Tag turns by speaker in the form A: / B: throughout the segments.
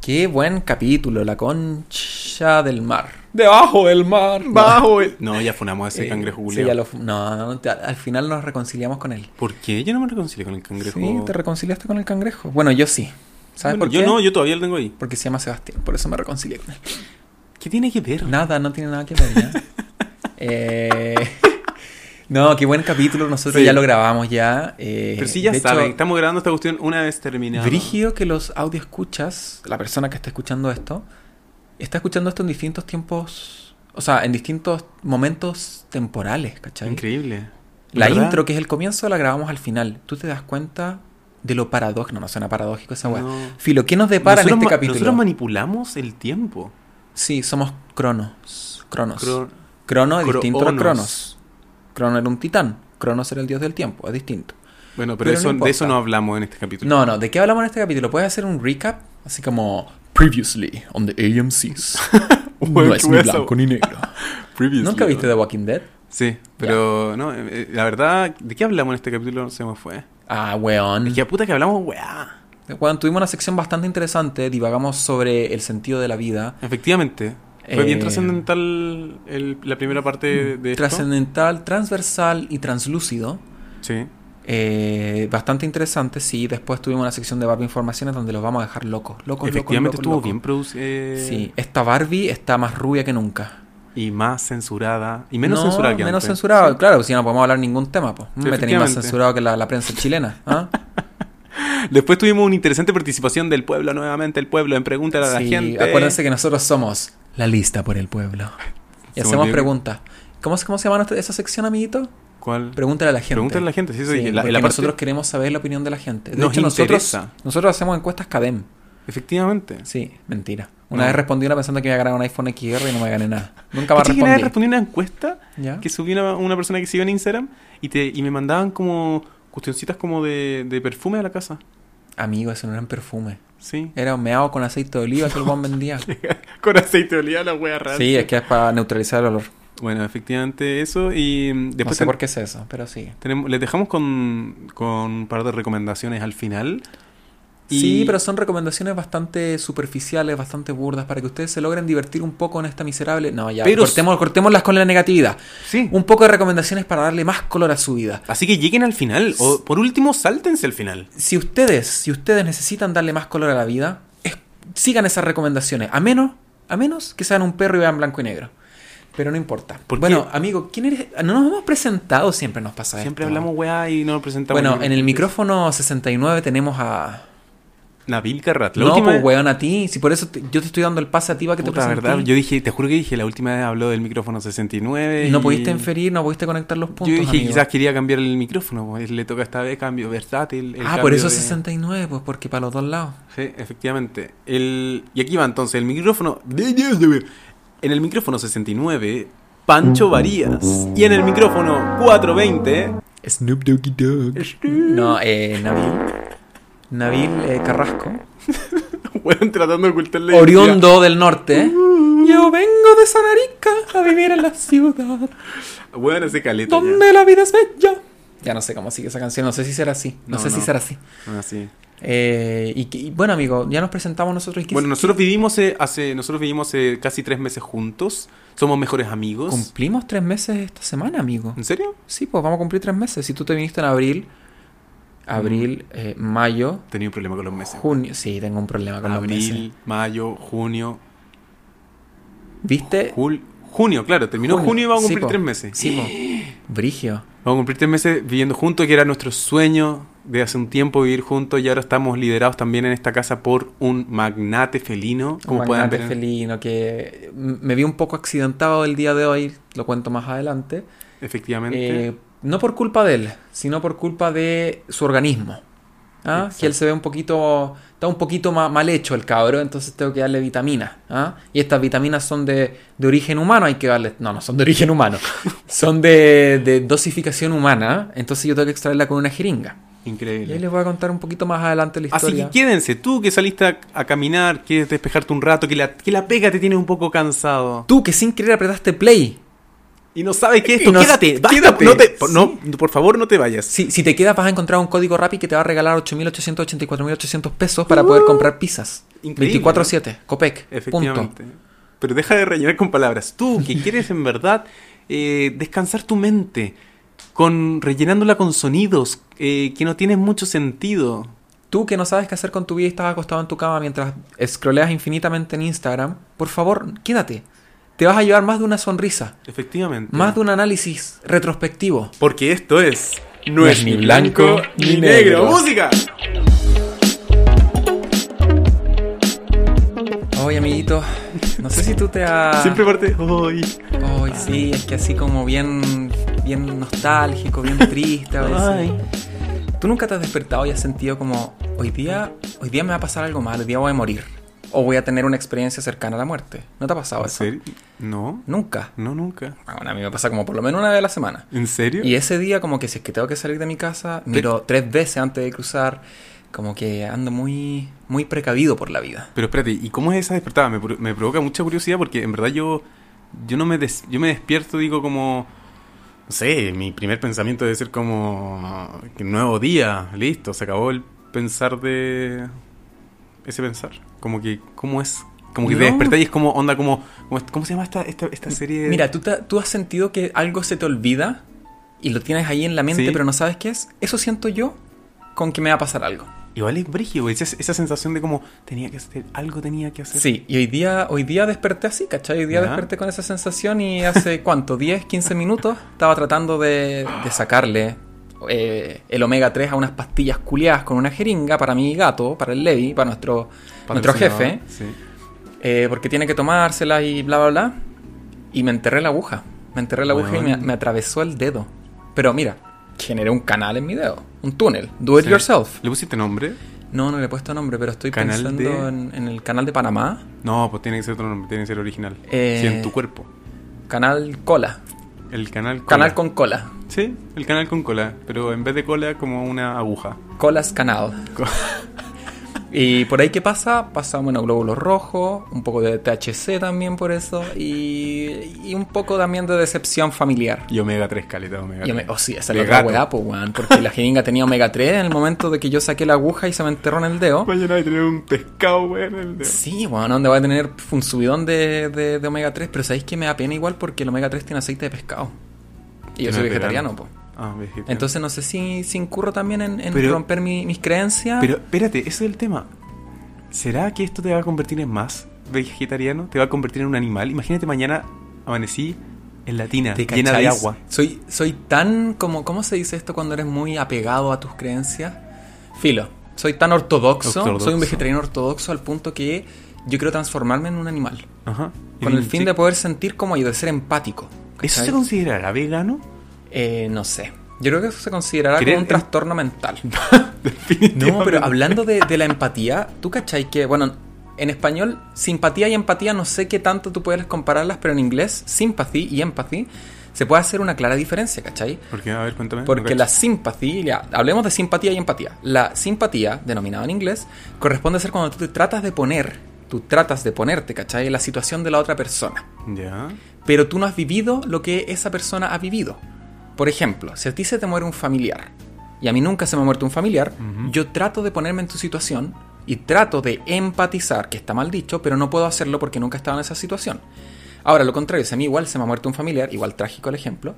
A: Qué buen capítulo, la concha del mar.
B: Debajo del mar.
A: Bajo el...
B: No, ya funamos a ese
A: Eh,
B: cangrejo
A: sí,
B: buleo.
A: ya lo fu- no, no, te- al final nos reconciliamos con él.
B: ¿Por qué? Yo no me reconcilié con el cangrejo.
A: Sí, te reconciliaste con el cangrejo. Bueno, yo sí. ¿Sabes por
B: Bueno, yo
A: qué?
B: no, yo todavía lo tengo ahí.
A: Porque se llama Sebastián, por eso me reconcilié con él.
B: ¿Qué tiene que ver?
A: Nada, no tiene nada que ver ya. Eh, no, qué buen capítulo. Nosotros
B: Sí.
A: ya lo grabamos ya. eh,
B: Pero sí, ya
A: de hecho,
B: saben, estamos grabando esta cuestión una vez terminada.
A: Brígido que los audio escuchas, la persona que está escuchando esto, está escuchando esto en distintos tiempos, o sea, en distintos momentos temporales, ¿cachai?
B: Increíble.
A: La
B: ¿Verdad?
A: intro, que es el comienzo, la grabamos al final. Tú te das cuenta de lo paradójico, no, no suena paradójico esa weá.
B: No.
A: Filo, ¿qué nos depara en
B: Nosotros
A: este
B: ma-
A: capítulo?
B: Nosotros manipulamos el tiempo.
A: Sí, somos cronos. Cronos.
B: Cro-
A: Crono es distinto a
B: Cronos.
A: Cronos. Crono era un titán. Cronos era el dios del tiempo, es distinto.
B: Bueno,
A: Pero
B: pero,
A: no
B: eso,
A: importa.
B: de eso no hablamos en este capítulo.
A: No, no, ¿de qué hablamos en este capítulo? ¿Puedes hacer un recap? Así como. Previously on the AMCs.
B: Bueno,
A: no es
B: qué
A: ni
B: hueso.
A: blanco ni negro.
B: Previously,
A: ¿Nunca viste
B: ¿no?
A: The Walking Dead?
B: Sí, pero no, eh, eh, la verdad, ¿de qué hablamos en este capítulo? No sé cómo fue.
A: Ah, weón.
B: Es que a puta que hablamos, weá.
A: Weón, tuvimos una sección bastante interesante. Divagamos sobre el sentido de la vida.
B: Efectivamente. Fue bien
A: Eh,
B: trascendental el- la primera parte de esto.
A: Trascendental, transversal y translúcido.
B: Sí.
A: Eh, bastante interesante, sí. Después tuvimos una sección de Barbie Informaciones donde los vamos a dejar locos. Locos, locos,
B: Efectivamente
A: locos,
B: estuvo
A: locos.
B: bien producido.
A: Sí, esta Barbie está más rubia que nunca.
B: Y más censurada. Y menos
A: No,
B: censurada que
A: menos
B: antes.
A: censurada, claro, si no podemos hablar ningún tema, pues. Me tenéis más
B: efectivamente.
A: censurado que la, la prensa chilena. ¿ah?
B: Después tuvimos una interesante participación del pueblo nuevamente. El pueblo en pregunta a la
A: Sí,
B: gente.
A: acuérdense que nosotros somos la lista por el pueblo. Y
B: Se me
A: hacemos
B: olvidó.
A: preguntas. ¿Cómo, se- ¿Cómo se llama nuestra- esa sección, amiguito?
B: ¿Cuál?
A: Pregúntale a la gente.
B: Pregúntale a la gente, sí, eso dije. La-
A: porque
B: la parte-
A: nosotros queremos saber la opinión de la gente. De
B: Nos
A: hecho, nosotros,
B: interesa.
A: nosotros hacemos encuestas CADEM.
B: Efectivamente.
A: Sí, mentira. Una
B: No.
A: vez respondí una pensando que me iba a ganar un iPhone XR y no me gané nada. Nunca más
B: ¿Cachai que una vez
A: respondí.
B: respondí una encuesta
A: ¿Ya?
B: que subió una, una persona que siguió en Instagram y, te, y me mandaban como cuestioncitas como de, de perfume a la casa.
A: Amigo, eso no era un perfume.
B: Sí.
A: Era un meado con aceite de oliva que el buen vendía.
B: Con aceite de oliva la wea rara.
A: Eh. Sí, es que es para neutralizar el olor.
B: Bueno, efectivamente eso. Y mm,
A: no
B: después
A: sé
B: ten-
A: por qué es eso, pero sí.
B: tenemos- les dejamos con, con un par de recomendaciones al final. Y-
A: Sí, pero son recomendaciones bastante superficiales, bastante burdas, para que ustedes se logren divertir un poco en esta miserable... No, ya,
B: Pero-
A: cortemos, cortémoslas con la negatividad.
B: Sí.
A: Un poco de recomendaciones para darle más color a su vida.
B: Así que lleguen al final. O por último, sáltense al final.
A: Si ustedes, si ustedes necesitan darle más color a la vida, es- sigan esas recomendaciones. A menos, a menos que sean un perro y vean blanco y negro. Pero no importa.
B: ¿Por
A: Bueno,
B: qué?
A: amigo, ¿quién eres? Ah, No nos hemos presentado, siempre nos pasa
B: Siempre
A: esto.
B: hablamos weá y no presentamos.
A: Bueno, en el micrófono 69 tenemos a...
B: Nabil Carrat. La
A: no,
B: última
A: pues,
B: vez-
A: weón, a ti. Si por eso te- yo te estoy dando el pase a ti para que
B: Puta,
A: te
B: verdad.
A: presentes.
B: Yo dije, te juro que dije, la última vez habló del micrófono 69.
A: No
B: y-
A: pudiste inferir, no pudiste conectar los puntos.
B: Yo dije,
A: amigo.
B: quizás quería cambiar el micrófono. pues, Le toca esta vez cambio versátil. el
A: ah, por
B: cambio
A: eso
B: de-
A: 69, pues porque para los dos lados.
B: Sí, efectivamente. El... Y aquí va entonces el micrófono. En el micrófono 69, Pancho Varías. Y en el micrófono 420,
A: Snoop Doggy Dog. No, eh, Nabil. Nabil eh, Carrasco.
B: weón, tratando de ocultar la identidad.
A: Oriundo del norte.
B: Uh.
A: Yo vengo de Sanarica a vivir en la ciudad
B: Weón, ese caleta.
A: donde la vida es bella. Ya no sé cómo sigue esa canción, no sé si será así. No,
B: No,
A: sé si
B: no.
A: será así.
B: ya. Ah, sí.
A: Eh, y, que- y bueno, amigo, ya nos presentamos nosotros. ¿Y qué-
B: Bueno, nosotros vivimos eh, hace. Nosotros vivimos eh, casi tres meses juntos. Somos mejores amigos.
A: Cumplimos tres meses esta semana, amigo.
B: ¿En serio?
A: Sí, pues vamos a cumplir tres meses. Si tú te viniste en abril, abril,
B: Mm.
A: eh, mayo,
B: Tenía un problema con los meses.
A: junio. Sí, tengo un problema con los meses.
B: Abril, mayo, junio,
A: ¿Viste?
B: jul- junio, claro, terminó junio, y vamos a
A: Sí,
B: cumplir
A: po.
B: tres meses.
A: Sí, po. Brigio.
B: Vamos a cumplir tres meses viviendo juntos, que era nuestro sueño de hace un tiempo vivir juntos y ahora estamos liderados también en esta casa por un magnate felino, como
A: Un
B: pueden
A: magnate
B: ver. en-
A: felino que m- me vi un poco accidentado el día de hoy, lo cuento más adelante.
B: Efectivamente.
A: Eh, no por culpa de él, sino por culpa de su organismo. ¿Ah?
B: Exacto.
A: Que él se ve un poquito, está un poquito ma- mal hecho el cabro, entonces tengo que darle vitaminas. ¿ah? Y estas vitaminas son de, de origen humano, hay que darle, no, no son de origen humano, son de, de dosificación humana, entonces yo tengo que extraerla con una jeringa. Y ahí
B: Increíble.
A: les voy a contar un poquito más adelante la
B: Así
A: historia.
B: que quédense, tú que saliste a, a caminar, quieres despejarte un rato, que la, que la pega te tiene un poco cansado.
A: Tú que sin querer apretaste play,
B: Y no sabes qué es
A: Y
B: esto,
A: no-
B: quédate, basta,
A: quédate.
B: No te- por, no, por favor no te vayas.
A: si, si te quedas vas a encontrar un código Rappi que te va a regalar 8.884.800 pesos para poder comprar pizzas.
B: increíble.
A: 24-7, Copec. Punto.
B: Efectivamente. Pero deja de rellenar con palabras. Tú que quieres en verdad eh, descansar tu mente con rellenándola con sonidos eh, que no tienen mucho sentido.
A: Tú que no sabes qué hacer con tu vida y estás acostado en tu cama mientras scrolleas infinitamente en Instagram, por favor, quédate. Te vas a llevar más de una sonrisa,
B: Efectivamente.
A: más de un análisis retrospectivo.
B: Porque esto es no es ni blanco ni negro. Música.
A: Oye, amiguito, no sé si tú te has...
B: Siempre parte hoy.
A: Ay, sí, es que así como bien, bien nostálgico, bien triste a veces.
B: Ay.
A: ¿Tú nunca te has despertado y has sentido como, hoy día, hoy día me va a pasar algo mal, hoy día voy a morir? ¿O voy a tener una experiencia cercana a la muerte? ¿No te ha pasado
B: ¿En
A: eso?
B: serio? No,
A: Nunca.
B: no nunca.
A: Bueno, a mí me pasa como por lo menos una vez a la semana.
B: ¿En serio?
A: Y ese día como que si es que tengo que salir de mi casa, miro tres veces antes de cruzar, como que ando muy, muy precavido por la vida.
B: Pero espérate, ¿y cómo es esa despertada? Me, pro- me provoca mucha curiosidad porque en verdad yo, yo no me des- yo me despierto, digo como, no sé, mi primer pensamiento debe ser como, que nuevo día, listo, se acabó el pensar de ese pensar. Como que, ¿cómo es? Como que
A: No.
B: te despertás y es como, onda, como, como est- ¿cómo se llama esta, esta, esta serie?
A: Mira, ¿tú, te- tú has sentido que algo se te olvida y lo tienes ahí en la mente,
B: Sí.
A: pero no sabes qué es. Eso siento yo con que me va a pasar algo.
B: Igual es brígido, esa, esa sensación de como, tenía que hacer, algo tenía que hacer.
A: Sí, y hoy día, hoy día desperté así, ¿cachai? Hoy día
B: Ya.
A: desperté con esa sensación y hace cuánto, 10, 15 minutos estaba tratando de, de sacarle eh, el omega 3 a unas pastillas culiadas con una jeringa para mi gato, para el Levi, para nuestro, nuestro jefe,
B: Patrocinador, Sí.
A: eh, porque tiene que tomárselas y bla, bla, bla. Y me enterré la aguja, me enterré la aguja y
B: Weón.
A: me, me atravesó el dedo. Pero mira, generé un canal en mi dedo, un túnel, do it
B: Sí.
A: yourself.
B: ¿Le pusiste nombre?
A: No, no le he puesto nombre, pero estoy
B: Canal
A: pensando
B: de-
A: en, en el canal de Panamá.
B: No, pues tiene que ser otro nombre, tiene que ser original.
A: Eh,
B: Sí, en tu cuerpo.
A: Canal Cola.
B: El canal cola.
A: Canal con cola.
B: Sí, el canal con cola, pero en vez de cola como una aguja.
A: Colas canal.
B: Co-
A: Y por ahí qué pasa? Pasa, bueno, glóbulos rojos, un poco de THC también por eso, y, y un poco también de decepción familiar.
B: Y omega 3, caleta omega
A: Yo
B: 3.
A: me- oh, sí, esa
B: De
A: es la otra
B: gato.
A: weá, po, weón, porque la jeringa tenía omega 3 en el momento de que yo saqué la aguja y se me enterró en el dedo.
B: Mañana voy a tener un pescado, weón, en el dedo.
A: ¿Oh? Sí, weón, donde va a tener pf, un subidón de, de- de omega 3, pero sabéis que me da pena igual porque el omega 3 tiene aceite de pescado. Y yo
B: Tiene
A: soy
B: vegano.
A: vegetariano, po.
B: Ah, vegetariano.
A: Entonces no sé si, si incurro también en, en
B: Pero-
A: romper mi- mis creencias.
B: Pero espérate, ese es el tema. ¿Será que esto te va a convertir en más vegetariano? ¿Te va a convertir en un animal? Imagínate mañana amanecí en la tina,
A: ¿Te
B: llena de
A: cacháis?
B: agua.
A: Soy, soy tan como. ¿Cómo se dice esto cuando eres muy apegado a tus creencias? Filo, soy tan ortodoxo,
B: Ortodoxo.
A: soy un vegetariano ortodoxo al punto que yo quiero transformarme en un animal.
B: Ajá.
A: Con el fin
B: Sí.
A: de poder sentir como yo, de ser empático.
B: ¿Eso
A: ¿cachai?
B: se considerará vegano?
A: Eh, no sé. Yo creo que eso se considerará
B: ¿Crees
A: como un
B: en-
A: trastorno mental.
B: Definitivamente.
A: No, pero hablando de, de la empatía, ¿tú cachai que, bueno, en español, simpatía y empatía, no sé qué tanto tú puedes compararlas, pero en inglés, sympathy y empathy, se puede hacer una clara diferencia, ¿cachai?
B: ¿Por qué? A ver, cuéntame. no
A: Porque
B: Ah, cacho.
A: la simpatía, ya, hablemos de simpatía y empatía. La simpatía, denominada en inglés, corresponde a ser cuando tú te tratas de poner, tú tratas de ponerte, ¿cachai? En la situación de la otra persona.
B: Ya.
A: Pero tú no has vivido lo que esa persona ha vivido. Por ejemplo, si a ti se te muere un familiar, y a mí nunca se me ha muerto un familiar,
B: Ujú.
A: yo trato de ponerme en tu situación y trato de empatizar, que está mal dicho, pero no puedo hacerlo porque nunca estaba en esa situación. Ahora, lo contrario, si a mí igual se me ha muerto un familiar, igual trágico el ejemplo,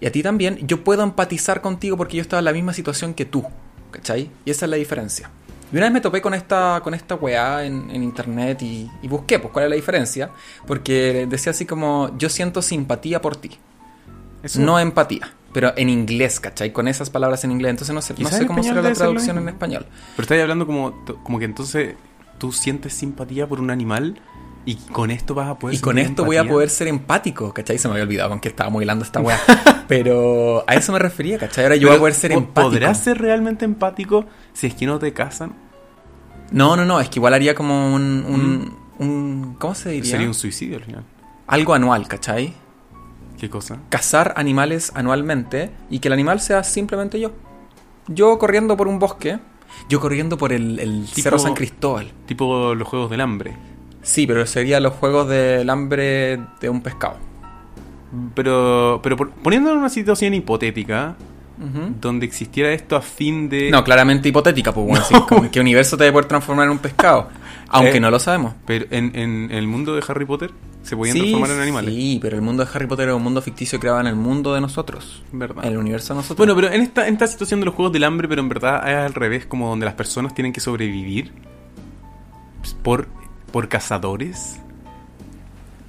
A: y a ti también, yo puedo empatizar contigo porque yo estaba en la misma situación que tú, ¿cachai? Y esa es la diferencia. Y una vez me topé con esta, con esta weá en, en internet y, y busqué, pues, cuál es la diferencia, porque decía así como, yo siento simpatía por ti,
B: Eso-
A: no empatía, pero en inglés, ¿cachai? Con esas palabras en inglés, entonces no sé, no
B: Quizá
A: sé
B: en
A: cómo
B: español
A: será la
B: debe ser lo
A: traducción en
B: mismo.
A: español.
B: Pero estás hablando como, to- como que entonces tú sientes simpatía por un animal y con esto vas a poder.
A: Y con
B: sentir
A: esto voy a
B: empatía.
A: poder ser empático, ¿cachai? Se me había olvidado con que estábamos hilando esta weá. Pero a eso me refería, ¿cachai? Ahora yo voy a
B: Pero
A: poder ser
B: po-
A: empático.
B: ¿Podrás ser realmente empático si es que no te casan?
A: No, no, no, es que igual haría como un. un, un- ¿Cómo se diría?
B: Mm. Sería un suicidio al final.
A: Algo anual, ¿cachai?
B: ¿Qué cosa?
A: Cazar animales anualmente y que el animal sea simplemente yo. Yo corriendo por un bosque, yo corriendo por el, el
B: Tipo-
A: Cerro San Cristóbal.
B: Tipo los juegos del hambre.
A: Sí, pero sería los juegos del hambre de un pescado. Mm.
B: Pero, pero por- poniéndolo en una situación hipotética,
A: Ujú.
B: donde existiera esto a fin de.
A: No, claramente hipotética, pues bueno, así como en qué universo te debe poder transformar en un pescado. Aunque
B: Eh,
A: no lo sabemos.
B: Pero en, en el mundo de Harry Potter se podían
A: Sí,
B: transformar en animales.
A: sí, pero el mundo de Harry Potter es un mundo ficticio creado en el mundo de nosotros.
B: ¿Verdad?
A: En el universo de nosotros.
B: Bueno, pero en esta, en esta situación de los juegos del hambre, pero en verdad es al revés, como donde las personas tienen que sobrevivir por, por cazadores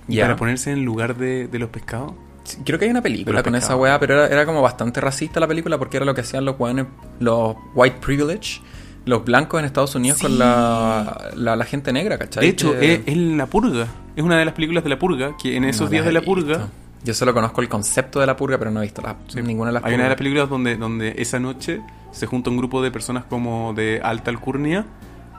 A: Ya.
B: para ponerse en lugar de, de los pescados.
A: Sí, Creo que hay una película
B: Pero
A: con
B: pescado.
A: esa weá, pero era, era como bastante racista la película porque era lo que hacían los weones, los white privilege, los blancos en Estados Unidos
B: Sí.
A: con la, la, la gente negra, ¿cachai?
B: De hecho,
A: Que-
B: es, es La Purga. Es una de las películas de La Purga, que en esos
A: No
B: días
A: las
B: de
A: he
B: La
A: visto.
B: Purga...
A: Yo solo conozco el concepto de la purga, pero no he visto la- ninguna de las
B: Hay una de las
A: purgas.
B: películas donde, donde esa noche se junta un grupo de personas como de alta alcurnia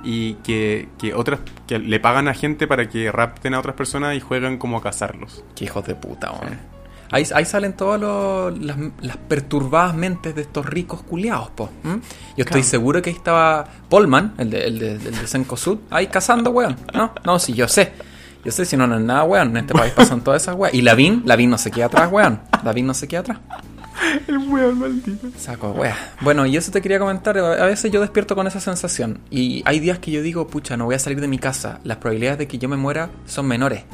B: y que, que otras que le pagan a gente para que rapten a otras personas y juegan como a cazarlos.
A: Qué hijos de puta, weón. Ahí, ahí salen todas los- las, las perturbadas mentes de estos ricos culiados, po. ¿m? Yo estoy
B: Claro.
A: seguro que ahí estaba Polman, el de, el de, el de Cencosud, ahí cazando, weón. No, no, sí, yo sé. Yo sé, si no, no es nada, weón. En este país pasan todas esas weas. Y Lavín, Lavín no se queda atrás, weón. Lavín no se queda atrás.
B: El weón maldito.
A: Saco, wea. Bueno, y eso te quería comentar. A veces yo despierto con esa sensación. Y hay días que yo digo, pucha, no voy a salir de mi casa. Las probabilidades de que yo me muera son menores.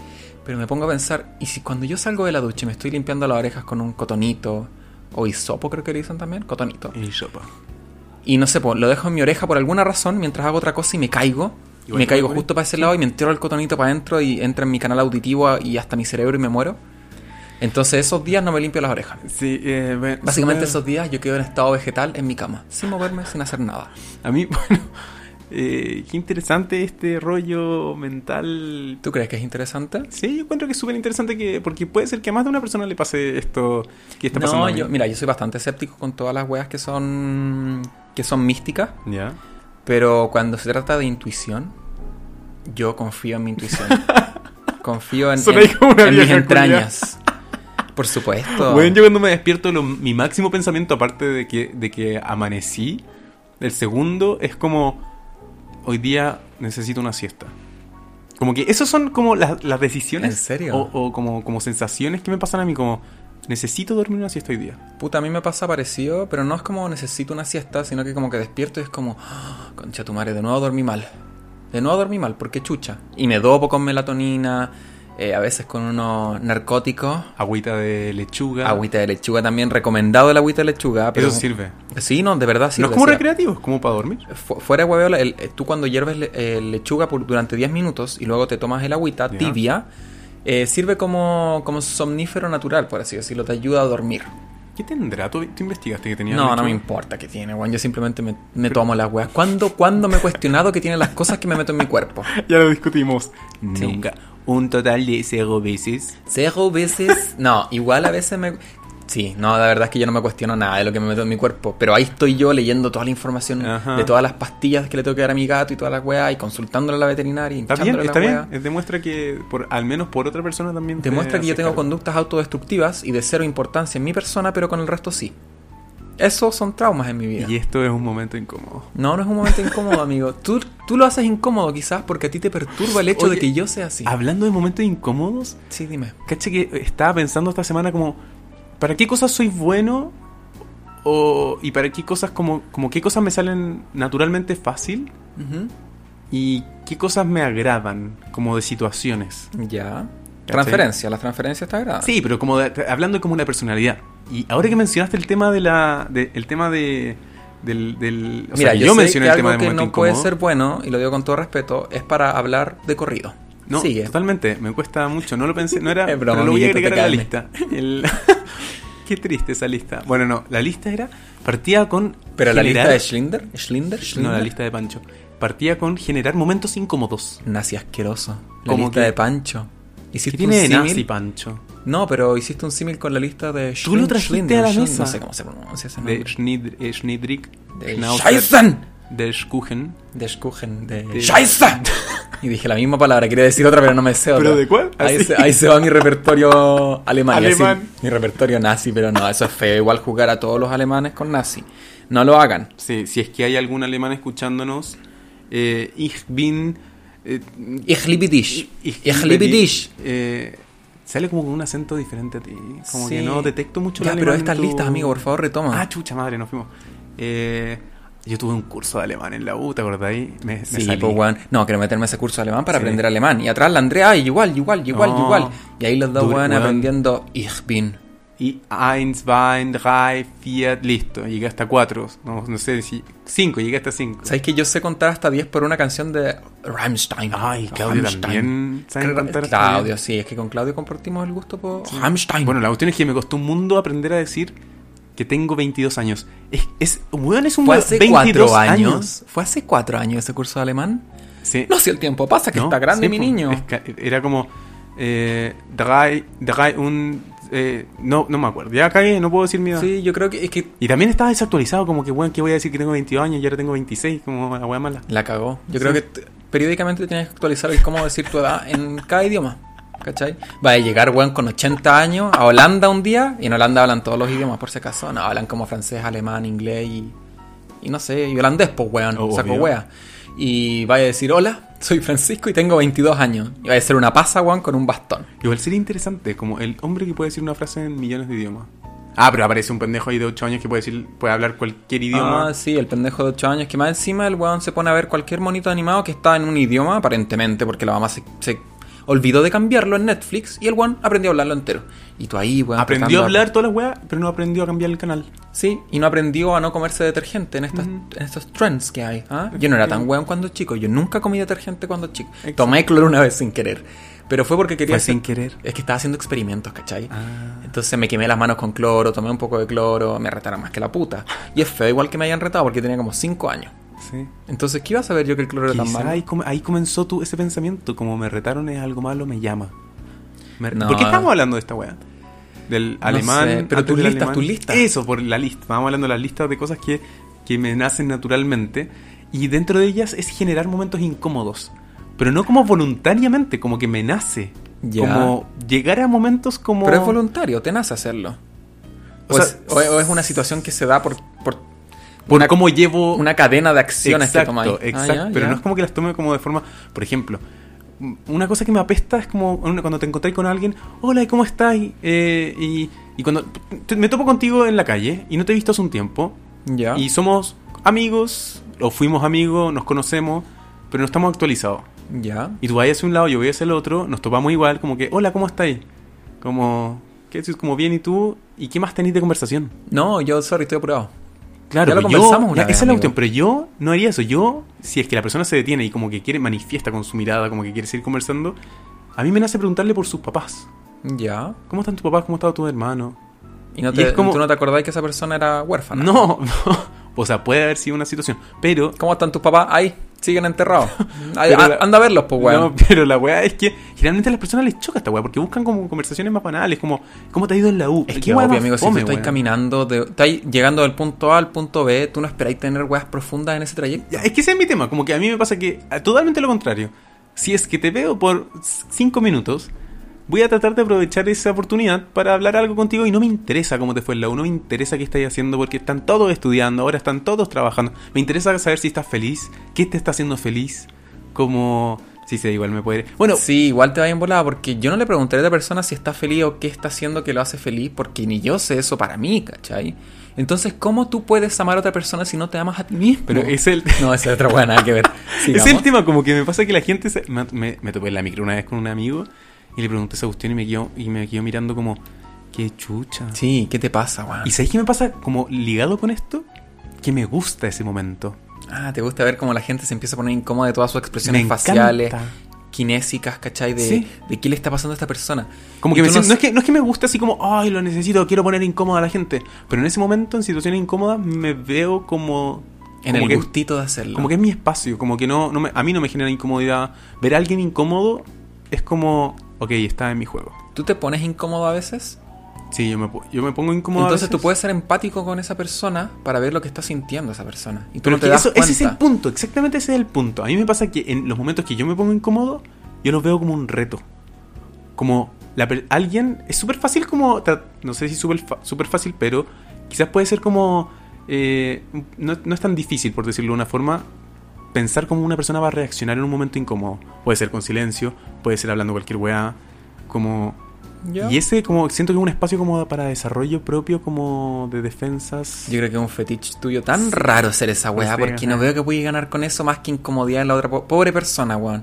A: Pero me pongo a pensar, ¿y si cuando yo salgo de la ducha y me estoy limpiando las orejas con un cotonito? O hisopo, creo que le dicen también. Cotonito.
B: Y sopa.
A: Y no sé, po, lo dejo en mi oreja por alguna razón mientras hago otra cosa y me caigo. Y
B: Igual
A: me
B: te
A: caigo
B: mueres.
A: justo para ese lado y me entero el cotonito para adentro y entra en mi canal auditivo a- y hasta mi cerebro y me muero. Entonces esos días no me limpio las orejas.
B: Sí, eh, bueno,
A: Básicamente
B: bueno,
A: esos días yo quedo en estado vegetal en mi cama, sin moverme, sin hacer nada.
B: A mí, bueno, eh, qué interesante este rollo mental.
A: ¿Tú crees que es interesante?
B: Sí, yo encuentro que es súper interesante que, porque puede ser que a más de una persona le pase esto que está pasando.
A: No,
B: a mí.
A: yo, mira, yo soy bastante escéptico con todas las weas que son que son místicas,
B: Ya.
A: pero cuando se trata de intuición, yo confío en mi intuición. confío en,
B: Suena
A: en-
B: como una
A: en mis
B: vieja
A: entrañas. Por supuesto.
B: Bueno, yo cuando me despierto, lo- mi máximo pensamiento, aparte de que, de que amanecí, el segundo es como, hoy día necesito una siesta. Como que esas son como las, las decisiones.
A: ¿En serio?
B: O, o como, como sensaciones que me pasan a mí, como, necesito dormir una siesta hoy día.
A: Puta, a mí me pasa parecido, pero no es como necesito una siesta, sino que como que despierto y es como, "Ah, concha tu madre, de nuevo dormí mal. De nuevo dormí mal, porque chucha. Y me dopo con melatonina, eh, a veces con unos narcóticos,
B: Agüita de lechuga.
A: agüita de lechuga también, recomendado el agüita de lechuga. Pero
B: Eso sirve.
A: Sí, no, de verdad sí.
B: no es como
A: decía,
B: recreativo, es como para dormir.
A: fu- Fuera de hueveo, el- eh, tú cuando hierves le- eh, lechuga por- durante 10 minutos y luego te tomas el agüita
B: Ya.
A: tibia, eh, sirve como, como somnífero natural, por así decirlo, te ayuda a dormir.
B: ¿Qué tendrá? ¿Tú, tú investigaste que tenía
A: No, no
B: lechuga?
A: me importa que tiene, weón. Yo simplemente me, me tomo las weas. ¿Cuándo, ¿Cuándo me he cuestionado que tiene las cosas que me meto en mi cuerpo?
B: Ya lo discutimos.
A: Sí.
B: Nunca. Un total de cero veces.
A: Cero veces. No, igual a veces me. Sí, no, la verdad es que yo no me cuestiono nada de lo que me meto en mi cuerpo. Pero ahí estoy yo leyendo toda la información
B: Ajá.
A: de todas las pastillas que le tengo que dar a mi gato y todas las weas y consultándole a la veterinaria y
B: Está bien,
A: hinchándole
B: está
A: la
B: bien.
A: wea.
B: Eh, Demuestra que, por, al menos por otra persona también. te
A: Demuestra que yo
B: haces
A: tengo
B: cargo.
A: conductas autodestructivas y de cero importancia en mi persona, pero con el resto sí. Esos son traumas en mi vida.
B: Y esto es un momento incómodo.
A: No, no es un momento incómodo, amigo. Tú, tú lo haces incómodo quizás porque a ti te perturba el hecho de
B: Oye,
A: que yo sea así.
B: Hablando de momentos incómodos,
A: Sí, dime.
B: caché que estaba pensando esta semana como, ¿para qué cosas soy bueno? O, y para qué cosas como, como qué cosas me salen naturalmente fácil
A: Ujú.
B: y qué cosas me agradan como de situaciones.
A: Ya.
B: ¿Cachai?
A: Transferencia, las transferencias está agradables.
B: Sí, pero como de- hablando como una personalidad. Y ahora que mencionaste el tema de la de- el tema de del, del o
A: Mira,
B: sea, que
A: yo, sé que algo que
B: momento
A: no puede
B: incómodo.
A: ser bueno, y lo digo con todo respeto, es para hablar de corrido.
B: No,
A: Sigue.
B: totalmente, me cuesta mucho, no lo pensé, no era,
A: Es broma,
B: pero lo voy a
A: amiguito,
B: agregar a la
A: te
B: lista. El- Qué triste esa lista. Bueno, no, la lista era partía con
A: Pero la lista
B: generar-
A: de Schlinder, Schlinder, Schlinder.
B: no, la lista de Pancho. Partía con generar momentos incómodos.
A: Nazi asqueroso. La
B: Como
A: lista
B: que-
A: de Pancho.
B: ¿Qué
A: ¿Hiciste
B: tiene de
A: un
B: nazi
A: símil?
B: Pancho?
A: No, pero hiciste un símil con la lista de Schlinder.
B: Tú lo trajiste a la
A: Schlinder.
B: mesa.
A: No sé cómo se pronuncia ese
B: De
A: nombre.
B: Schnid- eh, Schnidrig,
A: De
B: Schnauzer,
A: Scheißen.
B: de Skuchen.
A: De Schugen, de...
B: De-
A: ¡Scheiße! Y dije la misma palabra, quería decir otra, pero no me sé otra.
B: ¿Pero de cuál?
A: Ahí
B: Así.
A: se, ahí se va mi repertorio alemán. y así-
B: Alemán.
A: mi repertorio nazi, pero no, eso es feo. Igual jugar a todos los alemanes con nazi. No lo hagan.
B: Sí, si es que hay algún alemán escuchándonos, eh, ich bin. eh,
A: Ich liebe dich. Ich liebe dich.
B: eh, sale como con un acento diferente a ti. Como que
A: Sí.
B: no detecto mucho
A: Ya,
B: el
A: pero
B: alemán en
A: estas
B: tu-
A: listas, amigo, por favor, retoma.
B: Ah, chucha madre, nos fuimos. Eh, Yo tuve un curso de alemán en la U, ¿te acordáis? Me, me
A: Sí,
B: salí.
A: pues, weón. No, quiero meterme a ese curso de alemán para
B: Sí.
A: aprender alemán. Y atrás la Andrea, y igual, igual, igual,
B: No.
A: igual. Y ahí los dos,
B: Dure-
A: weón,
B: weón.
A: aprendiendo Ich bin.
B: Y 1, 2, 3, 4, listo. Llegué hasta 4. No, no sé si. 5, llegué hasta 5.
A: ¿Sabéis que yo sé contar hasta 10 por una canción de Rammstein?
B: Ay, Claudio también sabe
A: Cla-
B: cantar hasta
A: Claudio,
B: 10.
A: sí, es que con Claudio compartimos el gusto por Rammstein.
B: Bueno, la cuestión es que me costó un mundo aprender a decir que tengo 22 años. Es, es, weón, es un
A: fue
B: weón,
A: hace
B: 22
A: cuatro años. Fue hace cuatro años ese curso de alemán.
B: Sí.
A: No sé, el tiempo pasa, que
B: Eh, No,
A: está grande
B: sí,
A: mi
B: po.
A: niño.
B: Es que era como. Eh, drei- drei und, eh, no, no me acuerdo. Ya cagué, no puedo decir mi edad.
A: Sí, yo creo que es que
B: Y también estaba desactualizado, como que, weón, ¿qué voy a decir que tengo 22 años y ahora tengo 26? Como la weá mala.
A: la cagó. Yo
B: Sí.
A: creo que t- periódicamente tienes que actualizar el cómo decir tu edad en cada idioma. ¿Cachai? Va a llegar, weón, con 80 años a Holanda un día. Y en Holanda hablan todos los idiomas, por si acaso. No, hablan como francés, alemán, inglés y. y no sé, y holandés, pues, weón.
B: Obvio.
A: Saco wea. Y vaya a decir: Hola, soy Francisco y tengo 22 años. Y va a ser una pasa, weón, con un bastón.
B: Igual sería interesante, como el hombre que puede decir una frase en millones de idiomas. Ah, pero aparece un pendejo ahí de 8 años que puede decir, puede hablar cualquier idioma.
A: Ah, sí, el pendejo de 8 años. Que más encima el weón se pone a ver cualquier monito animado que está en un idioma, aparentemente, porque la mamá se, se olvidó de cambiarlo en Netflix y el weón aprendió a hablarlo entero. Y tú ahí, weón.
B: aprendió
A: tratando-
B: a hablar todas las weas, pero no aprendió a cambiar el canal.
A: Sí, y no aprendió a no comerse detergente en, estas, en estos trends que hay. ¿ah? Yo no era tan weón cuando chico, yo nunca comí detergente cuando chico.
B: Exacto.
A: Tomé cloro una vez sin querer. Pero fue porque quería.
B: Fue
A: hacer-
B: sin querer. Ah.
A: Es que estaba haciendo experimentos, ¿cachai? Entonces me quemé las manos con cloro, tomé un poco de cloro, me retaron más que la puta. Y es feo, igual que me hayan retado porque tenía como 5 años.
B: Sí.
A: Entonces, ¿qué iba a saber yo que el cloro era tan
B: Quizá
A: malo?
B: ahí, come- ahí comenzó tu, ese pensamiento, como me retaron es algo malo, me llama. Me-
A: No.
B: ¿Por qué estamos hablando de esta wea? Del
A: No
B: alemán.
A: sé, pero
B: antes
A: tus
B: del
A: listas,
B: alemán.
A: tus listas.
B: Eso, por la lista. Vamos hablando de las listas de cosas que, que me nacen naturalmente. Y dentro de ellas es generar momentos incómodos. Pero no como voluntariamente, como que me nace.
A: Ya.
B: Como llegar a momentos como.
A: Pero es voluntario, te nace hacerlo. O,
B: O sea,
A: es, o es- o es una situación que se da por, por
B: Por cómo llevo.
A: una cadena de acciones que
B: exacto,
A: tomáis. Ah,
B: exacto.
A: ya,
B: pero
A: ya.
B: no es como que las tome como de forma. Por ejemplo, m- una cosa que me apesta es como una- cuando te encontré con alguien, hola, ¿y ¿cómo estás? Y, eh, y- y cuando te- me topo contigo en la calle y no te he visto hace un tiempo
A: Ya.
B: y somos amigos o fuimos amigos, nos conocemos, pero no estamos actualizados.
A: Ya.
B: Y tú vas hacia un lado, yo voy hacia el otro, nos topamos igual, como que, hola, ¿cómo estás? Como, ¿qué decís? Como bien, ¿y tú? ¿Y qué más tenés de conversación?
A: No, yo, sorry, estoy apurado.
B: Claro,
A: Ya lo
B: pero yo-
A: conversamos una
B: ya,
A: vez,
B: Esa es la
A: amigo.
B: cuestión, pero yo no haría eso. Yo, si es que la persona se detiene y como que quiere, manifiesta con su mirada, como que quiere seguir conversando, a mí me nace preguntarle por sus papás.
A: Ya.
B: ¿Cómo están tus papás? ¿Cómo está tu hermano?
A: Y, no
B: Y
A: te,
B: es como-
A: tú no te acordás que esa persona era huérfana.
B: No, no. O sea, puede haber sido una situación, pero...
A: ¿Cómo están tus papás? Ahí, siguen enterrados. Ay,
B: Pero
A: a-
B: la-
A: Anda a verlos, pues, weón.
B: No, pero la weá es que generalmente a las personas les choca esta weá porque buscan como conversaciones más banales, como ¿cómo te ha ido en la U?
A: Es
B: ¿Qué
A: que
B: weá
A: obvio,
B: más
A: amigo, si tú
B: fome,
A: estás
B: weón?
A: caminando, de- estás llegando del punto A al punto B, tú no esperáis tener weas profundas en ese trayecto.
B: Ya, Es que ese es mi tema, como que a mí me pasa que a- totalmente lo contrario. Si es que te veo por 5 minutos, voy a tratar de aprovechar esa oportunidad para hablar algo contigo y no me interesa cómo te fue en la U, no me interesa qué estás haciendo porque están todos estudiando, ahora están todos trabajando. Me interesa saber si estás feliz, qué te está haciendo feliz, como... Si se igual me puede... Bueno,
A: Sí, igual te va volada porque yo no le preguntaría a la persona si está feliz o qué está haciendo que lo hace feliz, porque ni yo sé eso para mí, ¿cachai? Entonces, ¿cómo tú puedes amar a otra persona si no te amas a ti mismo?
B: Pero es el-
A: No, esa es otra buena, nada que ver.
B: es
A: Sigamos.
B: el tema, como que me pasa que la gente... se- Me, me- me topé en la micro una vez con un amigo y le pregunté esa cuestión y me quedó, y me quedó mirando como... ¡Qué chucha!
A: Sí, ¿qué te pasa, weón?
B: ¿Y sabéis qué me pasa como ligado con esto? Que me gusta ese momento.
A: Ah, te gusta ver cómo la gente se empieza a poner incómoda de todas sus expresiones
B: Me
A: faciales,
B: encanta.
A: kinésicas, ¿cachai? De,
B: Sí.
A: de qué le está pasando a esta persona. Y
B: Como que me
A: tú
B: siento- no, es que, no es que me gusta así como, ay, lo necesito, quiero poner incómoda a la gente. Pero en ese momento, en situaciones incómodas, me veo como...
A: En
B: como
A: el
B: que,
A: gustito de hacerlo.
B: Como que es mi espacio, como que no, no me- a mí no me genera incomodidad. Ver a alguien incómodo es como, ok, está en mi juego.
A: ¿Tú te pones incómodo a veces?
B: Sí, yo me, po- yo me pongo incómodo. a
A: Entonces
B: veces.
A: tú puedes ser empático con esa persona para ver lo que está sintiendo esa persona. Y tú
B: Pero
A: no te
B: que
A: das
B: eso-
A: cuenta.
B: ese es el punto, exactamente ese es el punto. A mí me pasa que en los momentos que yo me pongo incómodo, yo los veo como un reto. Como la per- alguien, es súper fácil como, tra- no sé si súper fa- súper fácil, pero quizás puede ser como, eh, no, no es tan difícil, por decirlo de una forma, pensar cómo una persona va a reaccionar en un momento incómodo. Puede ser con silencio, puede ser hablando cualquier weá, como...
A: Ya.
B: Y ese como siento que es un espacio como para desarrollo propio como de defensas.
A: Yo creo que es un fetiche tuyo tan raro ser esa weá,
B: Sí,
A: porque no
B: ajá.
A: veo que puedes ganar con eso más que incomodidad en la otra po- pobre persona, weón.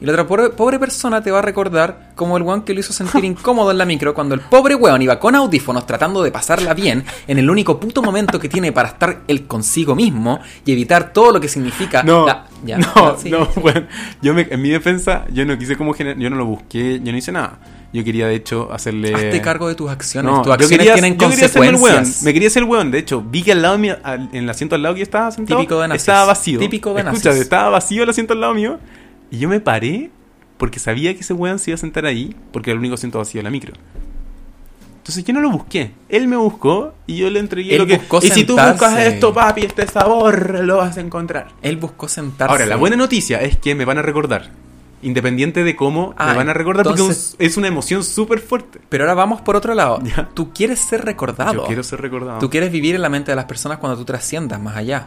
A: Y la otra pobre, pobre persona te va a recordar como el weón que lo hizo sentir incómodo en la micro cuando el pobre weón iba con audífonos tratando de pasarla bien en el único puto momento que tiene para estar él consigo mismo y evitar todo lo que significa
B: No,
A: la- ya,
B: no,
A: sí.
B: no, bueno, yo me- en mi defensa, yo no quise como gener- yo no lo busqué, yo no hice nada. Yo quería de hecho hacerle...
A: Hazte cargo de tus acciones,
B: No,
A: tus acciones tienen
B: yo quería hacerme el weón.
A: consecuencias.
B: Me quería hacer el weón. De hecho, vi que al lado mío, al- en el asiento al lado que yo estaba sentado,
A: Típico de nazis.
B: estaba vacío.
A: Típico de
B: Escucha,
A: nazis.
B: estaba vacío el asiento al lado mío. Y yo me paré porque sabía que ese weón se iba a sentar ahí porque era el único asiento vacío de la micro. Entonces yo no lo busqué. Él me buscó y yo le entregué
A: Él
B: lo que.
A: buscó
B: y si tú
A: sentarse.
B: buscas esto, papi, este sabor, lo vas a encontrar.
A: Él buscó sentarse.
B: Ahora, la buena noticia es que me van a recordar. Independiente de cómo,
A: Ah,
B: me van a recordar
A: entonces-
B: porque es una emoción súper fuerte.
A: Pero ahora vamos por otro lado.
B: Ya.
A: Tú quieres ser recordado.
B: Yo quiero ser recordado.
A: Tú quieres vivir en la mente de las personas cuando tú trasciendas más allá.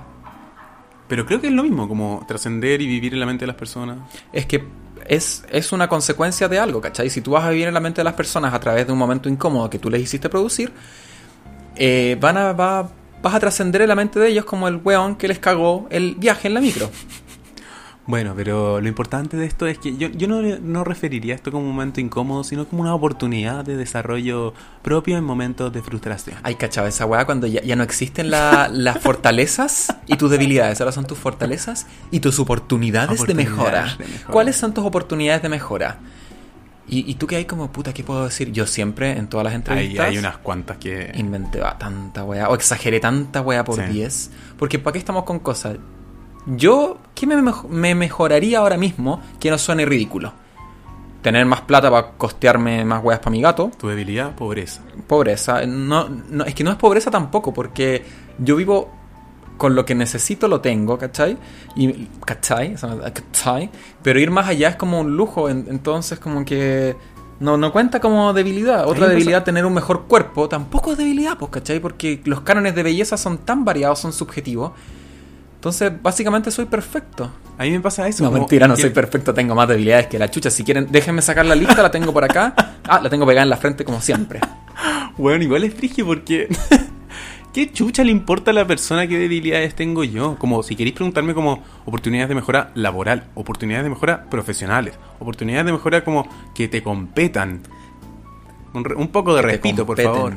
B: Pero creo que es lo mismo, como trascender y vivir en la mente de las personas.
A: Es que es, es una consecuencia de algo, ¿cachai? Si tú vas a vivir en la mente de las personas a través de un momento incómodo que tú les hiciste producir, eh, van a, va- vas a trascender en la mente de ellos como el weón que les cagó el viaje en la micro.
B: Bueno, pero lo importante de esto es que yo, yo no, no referiría esto como un momento incómodo, sino como una oportunidad de desarrollo propio en momentos de frustración.
A: Ay, cachaba esa weá cuando ya, ya no existen la- las fortalezas y tus debilidades. Ahora son tus fortalezas y tus oportunidades, de, mejora.
B: Oportunidades de mejora.
A: ¿Cuáles son tus oportunidades de mejora? Y, y tú que hay como, puta, ¿qué puedo decir? Yo siempre, en todas las
B: Hay,
A: entrevistas...
B: hay unas cuantas que...
A: inventé ah, tanta weá, o exageré tanta weá por
B: Sí.
A: 10. Porque ¿para qué estamos con cosas? Yo, ¿qué me, mej- me mejoraría ahora mismo que no suene ridículo? Tener más plata para costearme más weas para mi gato.
B: Tu debilidad, pobreza.
A: Pobreza. No, no, es que no es pobreza tampoco, porque yo vivo con lo que necesito, lo tengo, ¿cachai? Y, ¿cachai? O sea, ¿cachai? Pero ir más allá es como un lujo, en- entonces como que... No, no cuenta como debilidad. Otra
B: me
A: debilidad, tener un mejor cuerpo, tampoco es debilidad, pues, ¿cachai? Porque los cánones de belleza son tan variados, son subjetivos. Entonces, básicamente soy perfecto.
B: A mí me pasa eso.
A: No,
B: como
A: mentira, no
B: que-
A: soy perfecto, tengo más debilidades que la chucha. Si quieren, déjenme sacar la lista, la tengo por acá. Ah, la tengo pegada en la frente como siempre.
B: Bueno, igual es frigio porque... ¿Qué chucha le importa a la persona qué debilidades tengo yo? Como si queréis preguntarme como oportunidades de mejora laboral, oportunidades de mejora profesionales, oportunidades de mejora como que te competan. Un, re- un poco de
A: te
B: respeto, por
A: competen.
B: favor.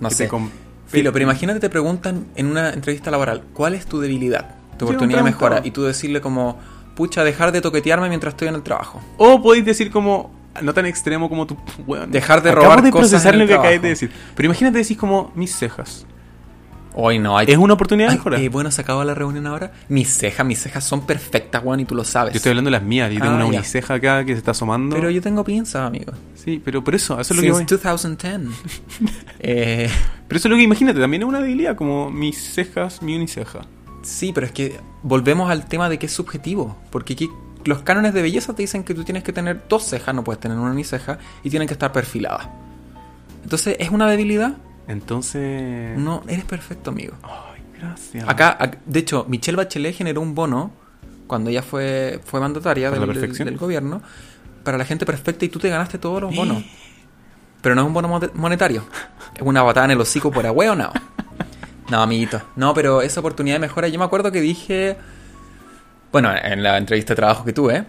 A: No
B: Que
A: sé.
B: te com-
A: Filo, pero imagínate te preguntan en una entrevista laboral, ¿cuál es tu debilidad? Tu
B: Yo me
A: oportunidad de
B: preguntaba.
A: mejora. Y tú decirle como, pucha, dejar de toquetearme mientras estoy en el trabajo.
B: O podéis decir como, no tan extremo como tu... weón,
A: Dejar de
B: acabo
A: robar
B: de
A: cosas
B: procesar
A: en el
B: lo que acabáis
A: trabajo.
B: de decir. Pero imagínate decir como, mis cejas.
A: Hoy no, hay...
B: Es una oportunidad de
A: Ay,
B: mejora.
A: eh, bueno, se acaba la reunión ahora. Mis cejas, mis cejas son perfectas, Juan, y tú lo sabes.
B: Yo estoy hablando de las mías, yo tengo
A: Ah,
B: una
A: ya.
B: uniceja acá que se está asomando.
A: Pero yo tengo pinzas, amigo.
B: Sí, pero por eso, eso es lo que
A: Since
B: voy.
A: 2010. eh...
B: Pero eso es lo que imagínate, también es una debilidad, como mis cejas, mi uniceja.
A: Sí, pero es que volvemos al tema de que es subjetivo. Porque aquí los cánones de belleza te dicen que tú tienes que tener dos cejas, no puedes tener una ni ceja, y tienen que estar perfiladas. Entonces, ¿es una debilidad?
B: Entonces.
A: No, eres perfecto, amigo.
B: Ay, gracias.
A: Acá, ac- de hecho, Michelle Bachelet generó un bono cuando ella fue, fue mandataria
B: ¿Para la
A: del, del-
B: perfección? ¿Eh?
A: del gobierno para la gente perfecta y tú te ganaste todos los bonos. Pero no es un bono mote- monetario. Es una batada en el hocico por agüeo, no. No, amiguito. No, pero esa oportunidad de mejora, yo me acuerdo que dije. Bueno, en la entrevista de trabajo que tuve,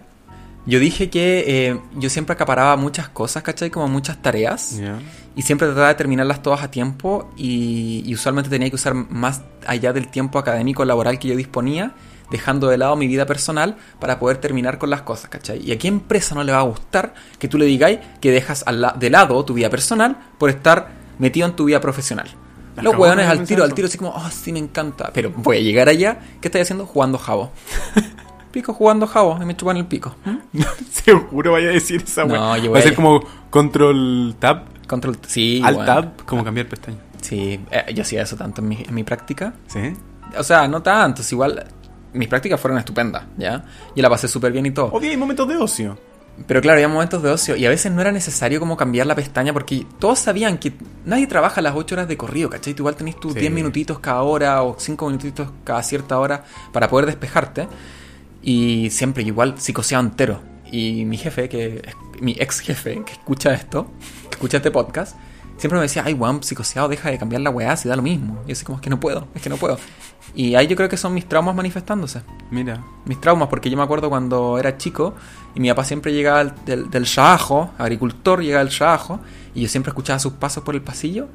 A: yo dije que eh, yo siempre acaparaba muchas cosas, ¿cachai? Como muchas tareas.
B: Ya.
A: Y siempre trataba de terminarlas todas a tiempo y, y usualmente tenía que usar más allá del tiempo académico laboral que yo disponía, dejando de lado mi vida personal para poder terminar con las cosas, ¿cachai? ¿Y a qué empresa no le va a gustar que tú le digáis que dejas al la- de lado tu vida personal por estar metido en tu vida profesional? Los
B: Acabo
A: hueones
B: de
A: al
B: pensar
A: tiro, al
B: eso.
A: tiro así como, oh, sí, me encanta. Pero voy a llegar allá, ¿qué estoy haciendo? Jugando jabo. pico jugando jabo y me chupan el pico. ¿Mm?
B: Seguro vaya a decir esa
A: No,
B: weá.
A: yo voy
B: Va a
A: a-
B: ser como control tab,
A: Control, sí,
B: alt
A: weón.
B: tab, como cambiar pestaña.
A: Sí, eh, yo hacía eso tanto en mi- en mi práctica.
B: ¿Sí?
A: O sea, no tantos, igual mis prácticas fueron estupendas, ¿ya? Yo la pasé súper bien y todo.
B: Obvio, hay momentos de ocio.
A: Pero claro, había momentos de ocio y a veces no era necesario como cambiar la pestaña porque todos sabían que nadie trabaja las 8 horas de corrido, ¿cachai? Tú igual tenés tus
B: Sí.
A: 10 minutitos cada hora o 5 minutitos cada cierta hora para poder despejarte. Y siempre igual psicoseaba entero. Y mi jefe, que es mi ex jefe, que escucha esto, escucha este podcast, siempre me decía, ay, weón, psicoseado, deja de cambiar la weá, si da lo mismo. Y yo así como, es que no puedo, es que no puedo. Y ahí yo creo que son mis traumas manifestándose.
B: Mira.
A: Mis traumas, porque yo me acuerdo cuando era chico y mi papá siempre llegaba al- del, del Shaajo, agricultor, llegaba al Shaajo, y yo siempre escuchaba sus pasos por el pasillo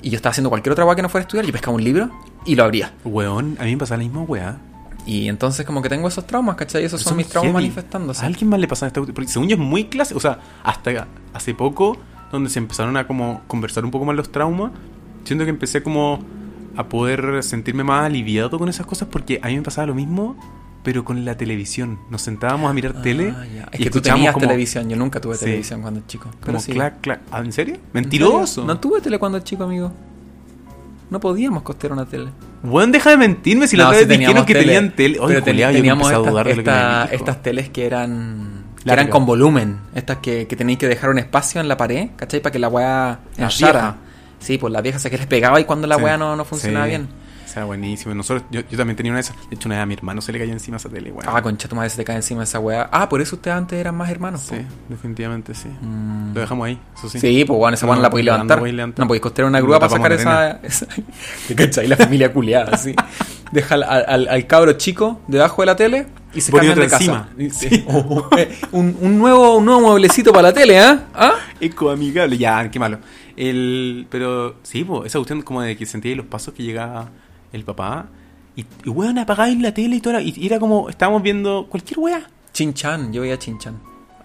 A: y yo estaba haciendo cualquier otra weá que no fuera a estudiar, yo pescaba un libro y lo abría.
B: Weón, a mí me pasa la misma weá.
A: Y entonces como que tengo esos traumas, ¿cachai? Esos son,
B: Son
A: mis traumas
B: heavy.
A: manifestándose.
B: ¿A alguien más le pasa esta cuestión? Porque según yo es muy clásico. O sea, hasta hace poco, donde se empezaron a como conversar un poco más los traumas, siento que empecé como a poder sentirme más aliviado con esas cosas porque a mí me pasaba lo mismo, pero con la televisión. Nos sentábamos a mirar
A: Ah,
B: tele
A: ya. Es
B: y
A: que tú
B: escuchábamos
A: tenías
B: como,
A: televisión, yo nunca tuve
B: Sí.
A: televisión cuando chico. pero
B: como
A: sí.
B: clac, clac. Ah, ¿En serio? ¡Mentiroso!
A: No tuve tele cuando chico, amigo. No podíamos costear una tele.
B: Weón, deja de mentirme si la
A: no,
B: otra
A: sí
B: vez dijeron que
A: tele,
B: tenían tele. Oye,
A: pero ten-
B: culiao, yo me
A: teníamos
B: empecé a
A: estas-
B: dudar de lo que me
A: esta-
B: dijo.
A: estas teles que eran que
B: Larga.
A: eran con volumen, estas que, que tenéis que dejar un espacio en la pared, ¿cachai? Para que la weá
B: La
A: ensara.
B: vieja.
A: Sí, pues la vieja se que les pegaba y cuando la
B: Sí,
A: weá no, no funcionaba
B: sí.
A: bien.
B: O sea, buenísimo. Nosotros, yo, yo también tenía una de esas. De hecho, una vez a mi hermano se le cayó encima esa tele, weón.
A: Ah, concha tu madre se te cae encima esa weá. Ah, por eso ustedes antes eran más hermanos.
B: Sí,
A: po.
B: definitivamente sí.
A: Mm.
B: Lo dejamos ahí, eso sí.
A: Sí, pues bueno, esa
B: No,
A: weá no la podéis
B: no, no
A: levantar.
B: podéis levantar.
A: No podéis costear una
B: Lo
A: grúa para
B: tapamos
A: sacar
B: de
A: esa. esa... ¿Te cachai? La familia culiada, así. Deja al, al- al cabro chico debajo de la tele y se
B: Ponía
A: cambian de
B: otra
A: casa.
B: encima.
A: Sí.
B: Sí.
A: Eh, un, un nuevo, un nuevo mueblecito para la tele, ¿eh? ¿Ah?
B: Ecoamigable, ya, qué malo. El, pero sí, po, esa cuestión como de que sentía los pasos que llegaba el papá. Y, y weón, apagáis la tele y toda la- y, y era como, estábamos viendo cualquier weá.
A: Chin-chan, yo veía Chin-chan.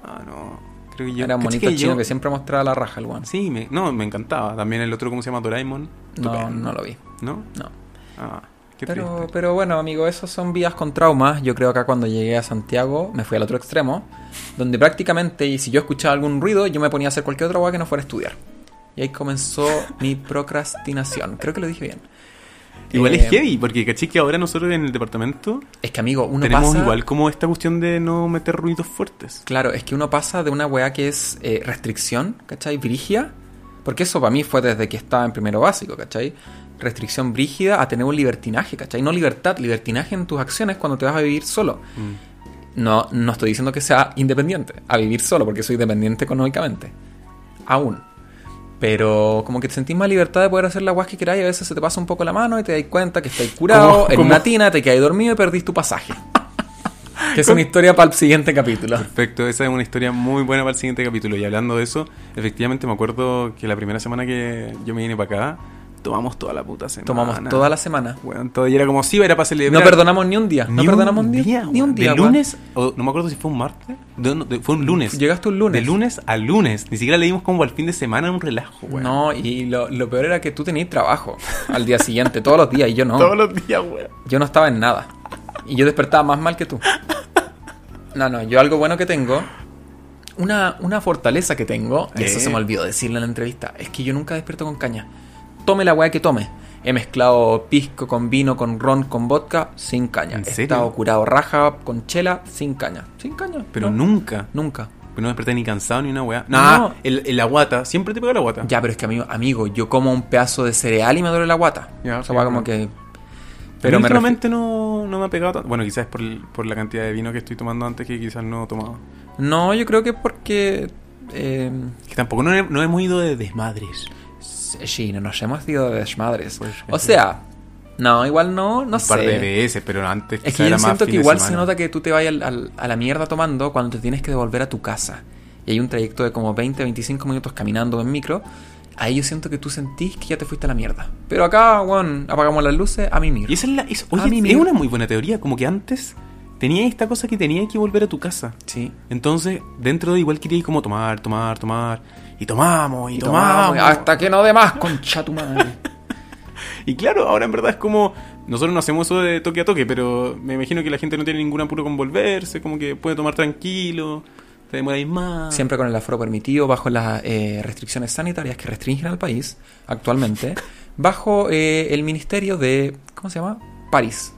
B: Ah, no. Creo que yo.
A: Era un
B: caché
A: monito
B: que
A: chino
B: yo-
A: que siempre mostraba la raja el one.
B: Sí, me, no, me encantaba. También el otro, ¿cómo se llama? Doraemon.
A: No,
B: Estupendo.
A: no lo vi,
B: ¿No?
A: no.
B: Ah, qué
A: Pero,
B: triste.
A: pero bueno, amigo, esos son vías con traumas. Yo creo que acá cuando llegué a Santiago me fui al otro extremo, donde prácticamente, y si yo escuchaba algún ruido, yo me ponía a hacer cualquier otra cosa que no fuera a estudiar. Y ahí comenzó mi procrastinación. Creo que lo dije bien.
B: Igual
A: Eh,
B: es heavy, porque caché que ahora nosotros en el departamento
A: Es que, amigo, uno
B: tenemos
A: pasa.
B: igual como esta cuestión de no meter ruidos fuertes.
A: Claro, es que uno pasa de una weá que es eh, restricción, ¿cachai? Brigia. Porque eso para mí fue desde que estaba en primero básico, ¿cachai? Restricción brígida a tener un libertinaje, ¿cachai? No libertad, libertinaje en tus acciones cuando te vas a vivir solo.
B: Mm.
A: No, no estoy diciendo que sea independiente, a vivir solo, porque soy dependiente económicamente. Aún. Pero como que te sentís más libertad de poder hacer la guas que queráis, y a veces se te pasa un poco la mano y te das cuenta que estáis curado
B: ¿Cómo-
A: en
B: cómo?
A: una tina, te quedáis dormido y perdís tu pasaje. que es
B: ¿Cómo?
A: una historia para el siguiente capítulo.
B: Perfecto, esa es una historia muy buena para el siguiente capítulo. Y hablando de eso, efectivamente me acuerdo que la primera semana que yo me vine para acá, tomamos toda la puta semana.
A: Tomamos toda la semana.
B: Weón, todo y era como si era para celebrar.
A: No perdonamos ni un día.
B: Eh, Ni
A: no
B: un
A: perdonamos ni, ni un
B: weón.
A: día.
B: De
A: weón.
B: lunes, o no me acuerdo si fue un martes, de- no, de- fue un lunes.
A: Llegaste un lunes.
B: De lunes a lunes. Ni siquiera le dimos como al fin de semana un relajo, weón.
A: No, y lo, lo peor era que tú tenías trabajo al día siguiente, todos los días, y yo no.
B: Todos los días, weón.
A: Yo no estaba en nada. Y yo despertaba más mal que tú. No, no, yo algo bueno que tengo, una, una fortaleza que tengo,
B: ¿Qué?
A: eso se me olvidó decirlo en la entrevista, es que yo nunca despierto con caña. Tome la weá que tome. He mezclado pisco con vino, con ron, con vodka, sin caña.
B: ¿En
A: He
B: serio?
A: estado curado raja con chela, sin caña. Sin caña.
B: Pero
A: no,
B: nunca.
A: Nunca.
B: No desperté ni cansado ni una weá.
A: No.
B: Nah, el, el aguata. Siempre te pega la guata.
A: Ya, pero es que amigo, amigo, yo como un pedazo de cereal y me duele la guata.
B: Ya,
A: o
B: sí,
A: sea, va
B: bueno.
A: como que...
B: Pero
A: Pero me
B: últimamente no, no me ha pegado tanto. Bueno, quizás es por, el- por la cantidad de vino que estoy tomando antes que quizás no tomaba.
A: refi- No, yo creo que porque... eh,
B: Que tampoco no, he- no hemos ido de desmadres.
A: Sí, no nos hemos ido de desmadres.
B: Pues,
A: o sea, no, igual no, no
B: Un par de
A: sé.
B: veces, pero antes
A: Es
B: quizás
A: que yo
B: era más
A: siento
B: fin
A: que
B: de
A: igual se
B: semana.
A: nota que tú te vayas al- al- a la mierda tomando cuando te tienes que devolver a tu casa. Y hay un trayecto de como 20, 25 minutos caminando en micro. Ahí yo siento que tú sentís que ya te fuiste a la mierda. Pero acá, weón, apagamos las luces a mimir.
B: Y esa es la. es-
A: A mí
B: oye, es
A: mismo.
B: una muy buena teoría. Como que antes tenía esta cosa que tenía que volver a tu casa.
A: Sí.
B: Entonces, dentro de igual quería ir como tomar, tomar, tomar. Y tomamos, y,
A: Y
B: tomamos.
A: tomamos, hasta que no de más, concha tu madre.
B: Y claro, ahora en verdad es como. Nosotros no hacemos eso de toque a toque, pero me imagino que la gente no tiene ningún apuro con volverse, como que puede tomar tranquilo, te demoráis más.
A: Siempre con el aforo permitido, bajo las eh, restricciones sanitarias que restringen al país actualmente, bajo eh, el ministerio de. ¿Cómo se llama? París.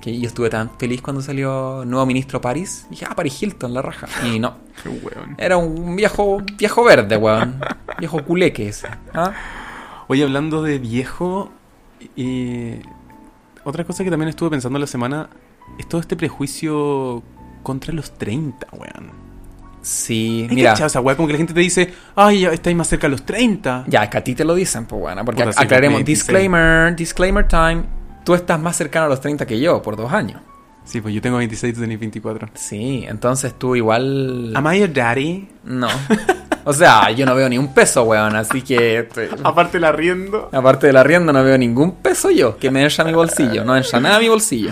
A: Que yo estuve tan feliz cuando salió nuevo ministro París. Dije, ah, Paris Hilton, la raja. Y no.
B: Qué hueón.
A: Era un viejo, viejo verde, weón. Viejo culeque ese. ¿ah?
B: Oye, hablando de viejo, eh, otra cosa que también estuve pensando la semana es todo este prejuicio contra los 30, weón.
A: Sí,
B: ¿Hay
A: mira.
B: cachado esa weá? Como que la gente te dice, ay, ya estáis más cerca de los 30.
A: Ya, es que a ti te lo dicen, pues bueno, porque
B: Puta,
A: ac-
B: sí,
A: aclaremos,
B: porque- sí.
A: disclaimer, disclaimer time, tú estás más cercano a los 30 que yo, por dos años.
B: Sí, pues yo tengo 26, tú tenés 24.
A: Sí, entonces tú igual...
B: ¿Am I your daddy?
A: No. O sea, yo no veo ni un peso, weón, así que... este,
B: Aparte la riendo.
A: Aparte de la rienda no veo ningún peso yo, que me encha mi bolsillo, no encha nada mi bolsillo.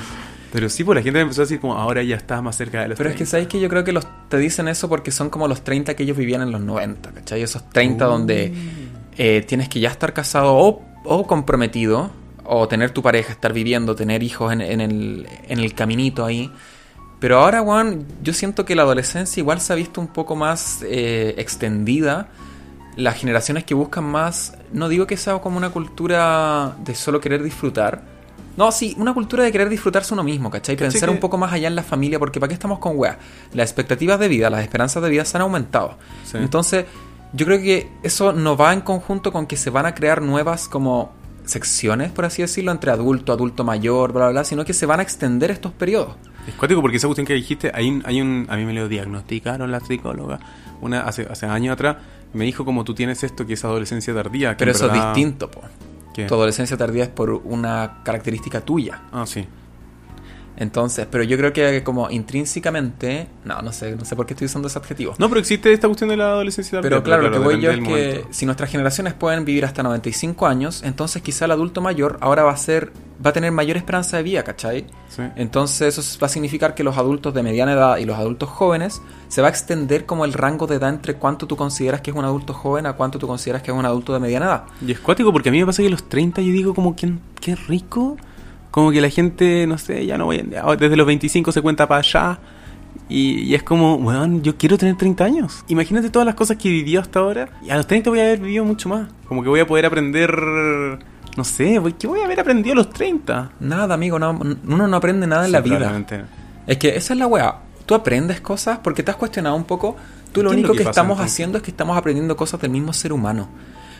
B: Pero sí, pues la gente me empezó a decir como, ahora ya estás más cerca de los
A: Pero es que
B: 30.
A: sabéis que yo creo que los, te dicen eso porque son como los 30 que ellos vivían en los 90, ¿cachai? Esos 30
B: Uh.
A: donde eh, tienes que ya estar casado o, o comprometido, o tener tu pareja, estar viviendo, tener hijos en, en el, en el caminito ahí. Pero ahora, Juan, yo siento que la adolescencia igual se ha visto un poco más eh, extendida. Las generaciones que buscan más, no digo que sea como una cultura de solo querer disfrutar. No, sí, una cultura de querer disfrutarse uno mismo, ¿cachai?
B: ¿Cachai
A: Pensar
B: que-
A: un poco más allá en la familia, porque ¿para qué estamos con weas? Las expectativas de vida, las esperanzas de vida se han aumentado.
B: Sí.
A: Entonces, yo creo que eso no va en conjunto con que se van a crear nuevas como secciones, por así decirlo, entre adulto, adulto mayor, bla, bla, bla, sino que se van a extender estos periodos.
B: Es cuático porque esa cuestión que dijiste, hay un, hay un, a mí me lo diagnosticaron la psicóloga una hace, hace años atrás, me dijo como tú tienes esto que es adolescencia tardía. que
A: Pero
B: en
A: eso es
B: verdad-
A: distinto, po.
B: ¿Qué?
A: Tu adolescencia tardía es por una característica tuya.
B: Ah, sí.
A: Entonces, pero yo creo que como intrínsecamente, no, no sé, no sé por qué estoy usando ese adjetivo.
B: No, pero existe esta cuestión de la adolescencia tardía.
A: Pero claro, lo que voy yo es
B: depende del
A: que
B: momento.
A: si nuestras generaciones pueden vivir hasta 95 años, entonces quizá el adulto mayor ahora va a ser va a tener mayor esperanza de vida, ¿cachai?
B: Sí.
A: Entonces eso va a significar que los adultos de mediana edad y los adultos jóvenes se va a extender como el rango de edad entre cuánto tú consideras que es un adulto joven a cuánto tú consideras que es un adulto de mediana edad.
B: Y es cuático porque a mí me pasa que a los 30 yo digo como, ¿qué, qué rico? Como que la gente, no sé, ya no voy, a- desde los 25 se cuenta para allá. Y, y es como, weón, yo quiero tener 30 años. Imagínate todas las cosas que he vivido hasta ahora. Y a los 30 voy a haber vivido mucho más. Como que voy a poder aprender, no sé, voy- ¿qué voy a haber aprendido a los 30?
A: Nada, amigo, no- uno no aprende nada en la
B: Sí,
A: vida.
B: probablemente.
A: Es que esa es la weá. Tú aprendes cosas porque te has cuestionado un poco. Tú lo
B: ¿Qué es lo
A: único
B: que
A: que,
B: pasa,
A: estamos
B: entonces?
A: haciendo es que estamos aprendiendo cosas del mismo ser humano.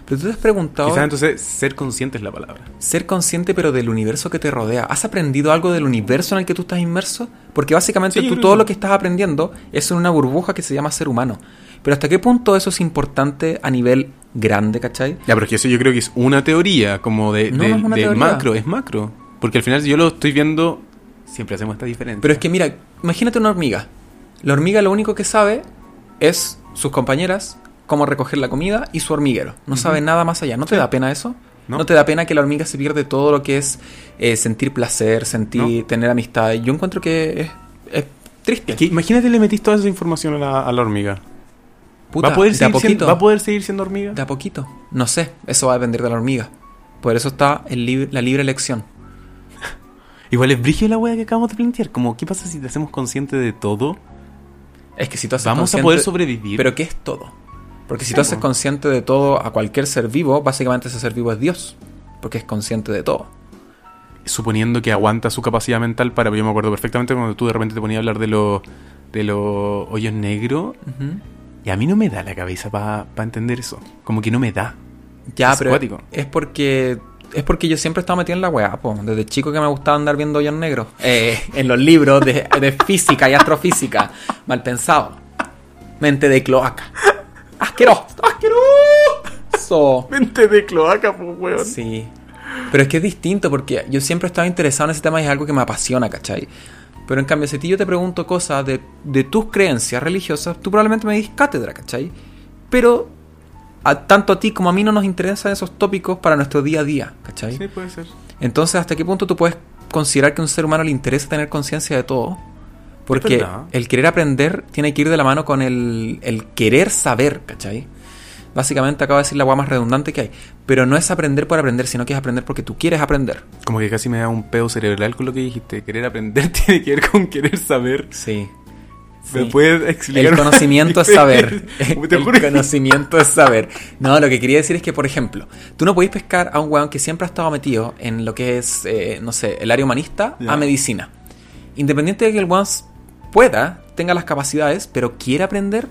A: Pero tú te has preguntado
B: Quizás entonces ser consciente es la palabra.
A: ser consciente pero del universo que te rodea. ¿Has aprendido algo del universo en el que tú estás inmerso? Porque básicamente
B: Sí, yo
A: tú
B: creo
A: todo
B: que-
A: lo que estás aprendiendo es en una burbuja que se llama ser humano. Pero ¿hasta qué punto eso es importante a nivel grande, cachai?
B: Ya, pero es que eso yo creo que es una teoría, como de,
A: No,
B: del-
A: no es una
B: del
A: teoría.
B: macro, es macro. Porque al final yo lo estoy viendo, siempre hacemos esta diferencia.
A: Pero es que mira, imagínate una hormiga. La hormiga lo único que sabe es sus compañeras, cómo recoger la comida y su hormiguero. No sabe nada más allá. ¿No te da pena eso?
B: No.
A: No. te da pena que la hormiga se pierde todo lo que es eh, sentir placer, sentir, tener amistad? Yo encuentro que es, es triste.
B: Es que imagínate le metís toda esa información a la, a la hormiga.
A: Puta,
B: ¿Va, a poder
A: de a
B: seguir siendo,
A: poquito.
B: ¿Va a poder seguir siendo hormiga?
A: De a poquito. No sé, eso va a depender de la hormiga. Por eso está el lib- la libre elección.
B: Igual es brillo la wea que acabamos de plantear. Como, ¿qué pasa si te hacemos consciente de todo?
A: Es que si tú haces
B: ¿Vamos a
A: consciente-
B: poder sobrevivir?
A: Pero ¿qué es todo? Porque si
B: Sí,
A: tú haces
B: po.
A: consciente de todo a cualquier ser vivo, básicamente ese ser vivo es Dios. Porque es consciente de todo.
B: Suponiendo que aguanta su capacidad mental para... Yo me acuerdo perfectamente cuando tú de repente te ponías a hablar de los de los hoyos negros. Y a mí no me da la cabeza para entender eso. Como que no me da.
A: Ya,
B: Es
A: pero
B: cuático.
A: es porque. Es porque yo siempre estaba metido en la weá, po. Desde chico que me gustaba andar viendo hoyos negros. Eh, en los libros de, de física y astrofísica. Mal pensado. Mente de cloaca. Asqueroso. Asqueroso.
B: Mente de cloaca, pues, weón.
A: Sí. Pero es que es distinto porque yo siempre he estado interesado en ese tema y es algo que me apasiona, ¿cachai? Pero en cambio, si a ti yo te pregunto cosas de, de tus creencias religiosas, tú probablemente me dis cátedra, ¿cachai? Pero a, tanto a ti como a mí no nos interesan esos tópicos para nuestro día a día, ¿cachai?
B: Sí, puede ser.
A: Entonces, ¿hasta qué punto tú puedes considerar que a un ser humano le interesa tener conciencia de todo? Porque
B: verdad.
A: el querer aprender tiene que ir de la mano con el, el querer saber, ¿cachai? Básicamente acabo de decir la guay más redundante que hay. Pero no es aprender por aprender, sino que es aprender porque tú quieres aprender.
B: Como que casi me da un pedo cerebral con lo que dijiste. Querer aprender tiene que ver con querer saber.
A: Sí.
B: ¿Me puedes explicar?
A: El
B: más?
A: conocimiento es saber.
B: Te juro
A: el
B: que-
A: conocimiento es saber. No, lo que quería decir es que, por ejemplo, tú no podés pescar a un weón que siempre ha estado metido en lo que es, eh, no sé, el área humanista
B: Ya.
A: a medicina. Independiente de que el weón s- pueda, tenga las capacidades, pero quiera aprender.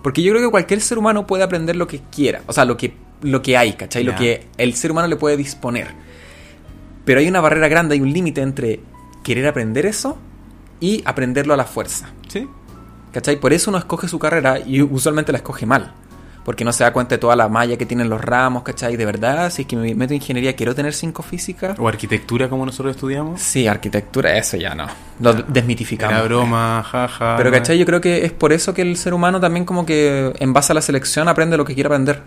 A: Porque yo creo que cualquier ser humano puede aprender lo que quiera. O sea, lo que, lo que hay, ¿cachai?
B: Ya.
A: Lo que el ser humano le puede disponer. Pero hay una barrera grande, hay un límite entre querer aprender eso y aprenderlo a la fuerza.
B: Sí.
A: ¿Cachai? Por eso uno escoge su carrera y usualmente la escoge mal. Porque no se da cuenta de toda la malla que tienen los ramos, ¿cachai? De verdad, si es que me meto en ingeniería, ¿quiero tener cinco físicas?
B: O arquitectura como nosotros estudiamos.
A: Sí, arquitectura, eso ya no. Lo desmitificamos.
B: Era broma, jaja.
A: Pero ¿cachai? Yo creo que es por eso que el ser humano también como que en base a la selección aprende lo que quiere aprender.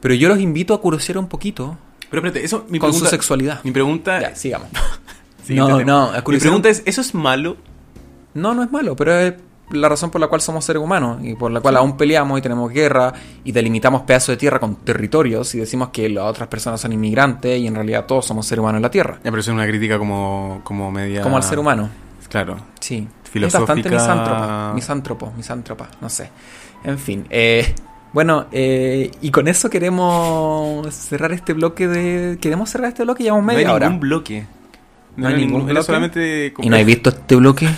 A: Pero yo los invito a curiosear un poquito
B: Pero espérate, eso mi
A: con
B: pregunta,
A: su sexualidad.
B: Mi pregunta,
A: Ya, sigamos.
B: Siguiente
A: No,
B: tema.
A: no, a
B: mi
A: curiosidad-
B: pregunta es, ¿eso es malo?
A: No, no es malo, pero es la razón por la cual somos seres humanos y por la cual aún peleamos y tenemos guerra y delimitamos pedazos de tierra con territorios y decimos que las otras personas son inmigrantes y en realidad todos somos seres humanos en la tierra.
B: Ya, pero eso es una crítica como, como media...
A: Como al ser humano.
B: Claro.
A: Sí.
B: Filosófica.
A: Es bastante misántropa. Misántropo, misántropa, no sé. En fin. eh, bueno, eh, y con eso queremos cerrar este bloque de. Queremos cerrar este bloque, llevamos media
B: no hay
A: hora.
B: ningún bloque.
A: No hay
B: era
A: ningún
B: era
A: bloque.
B: solamente...
A: ¿Y no has visto este bloque?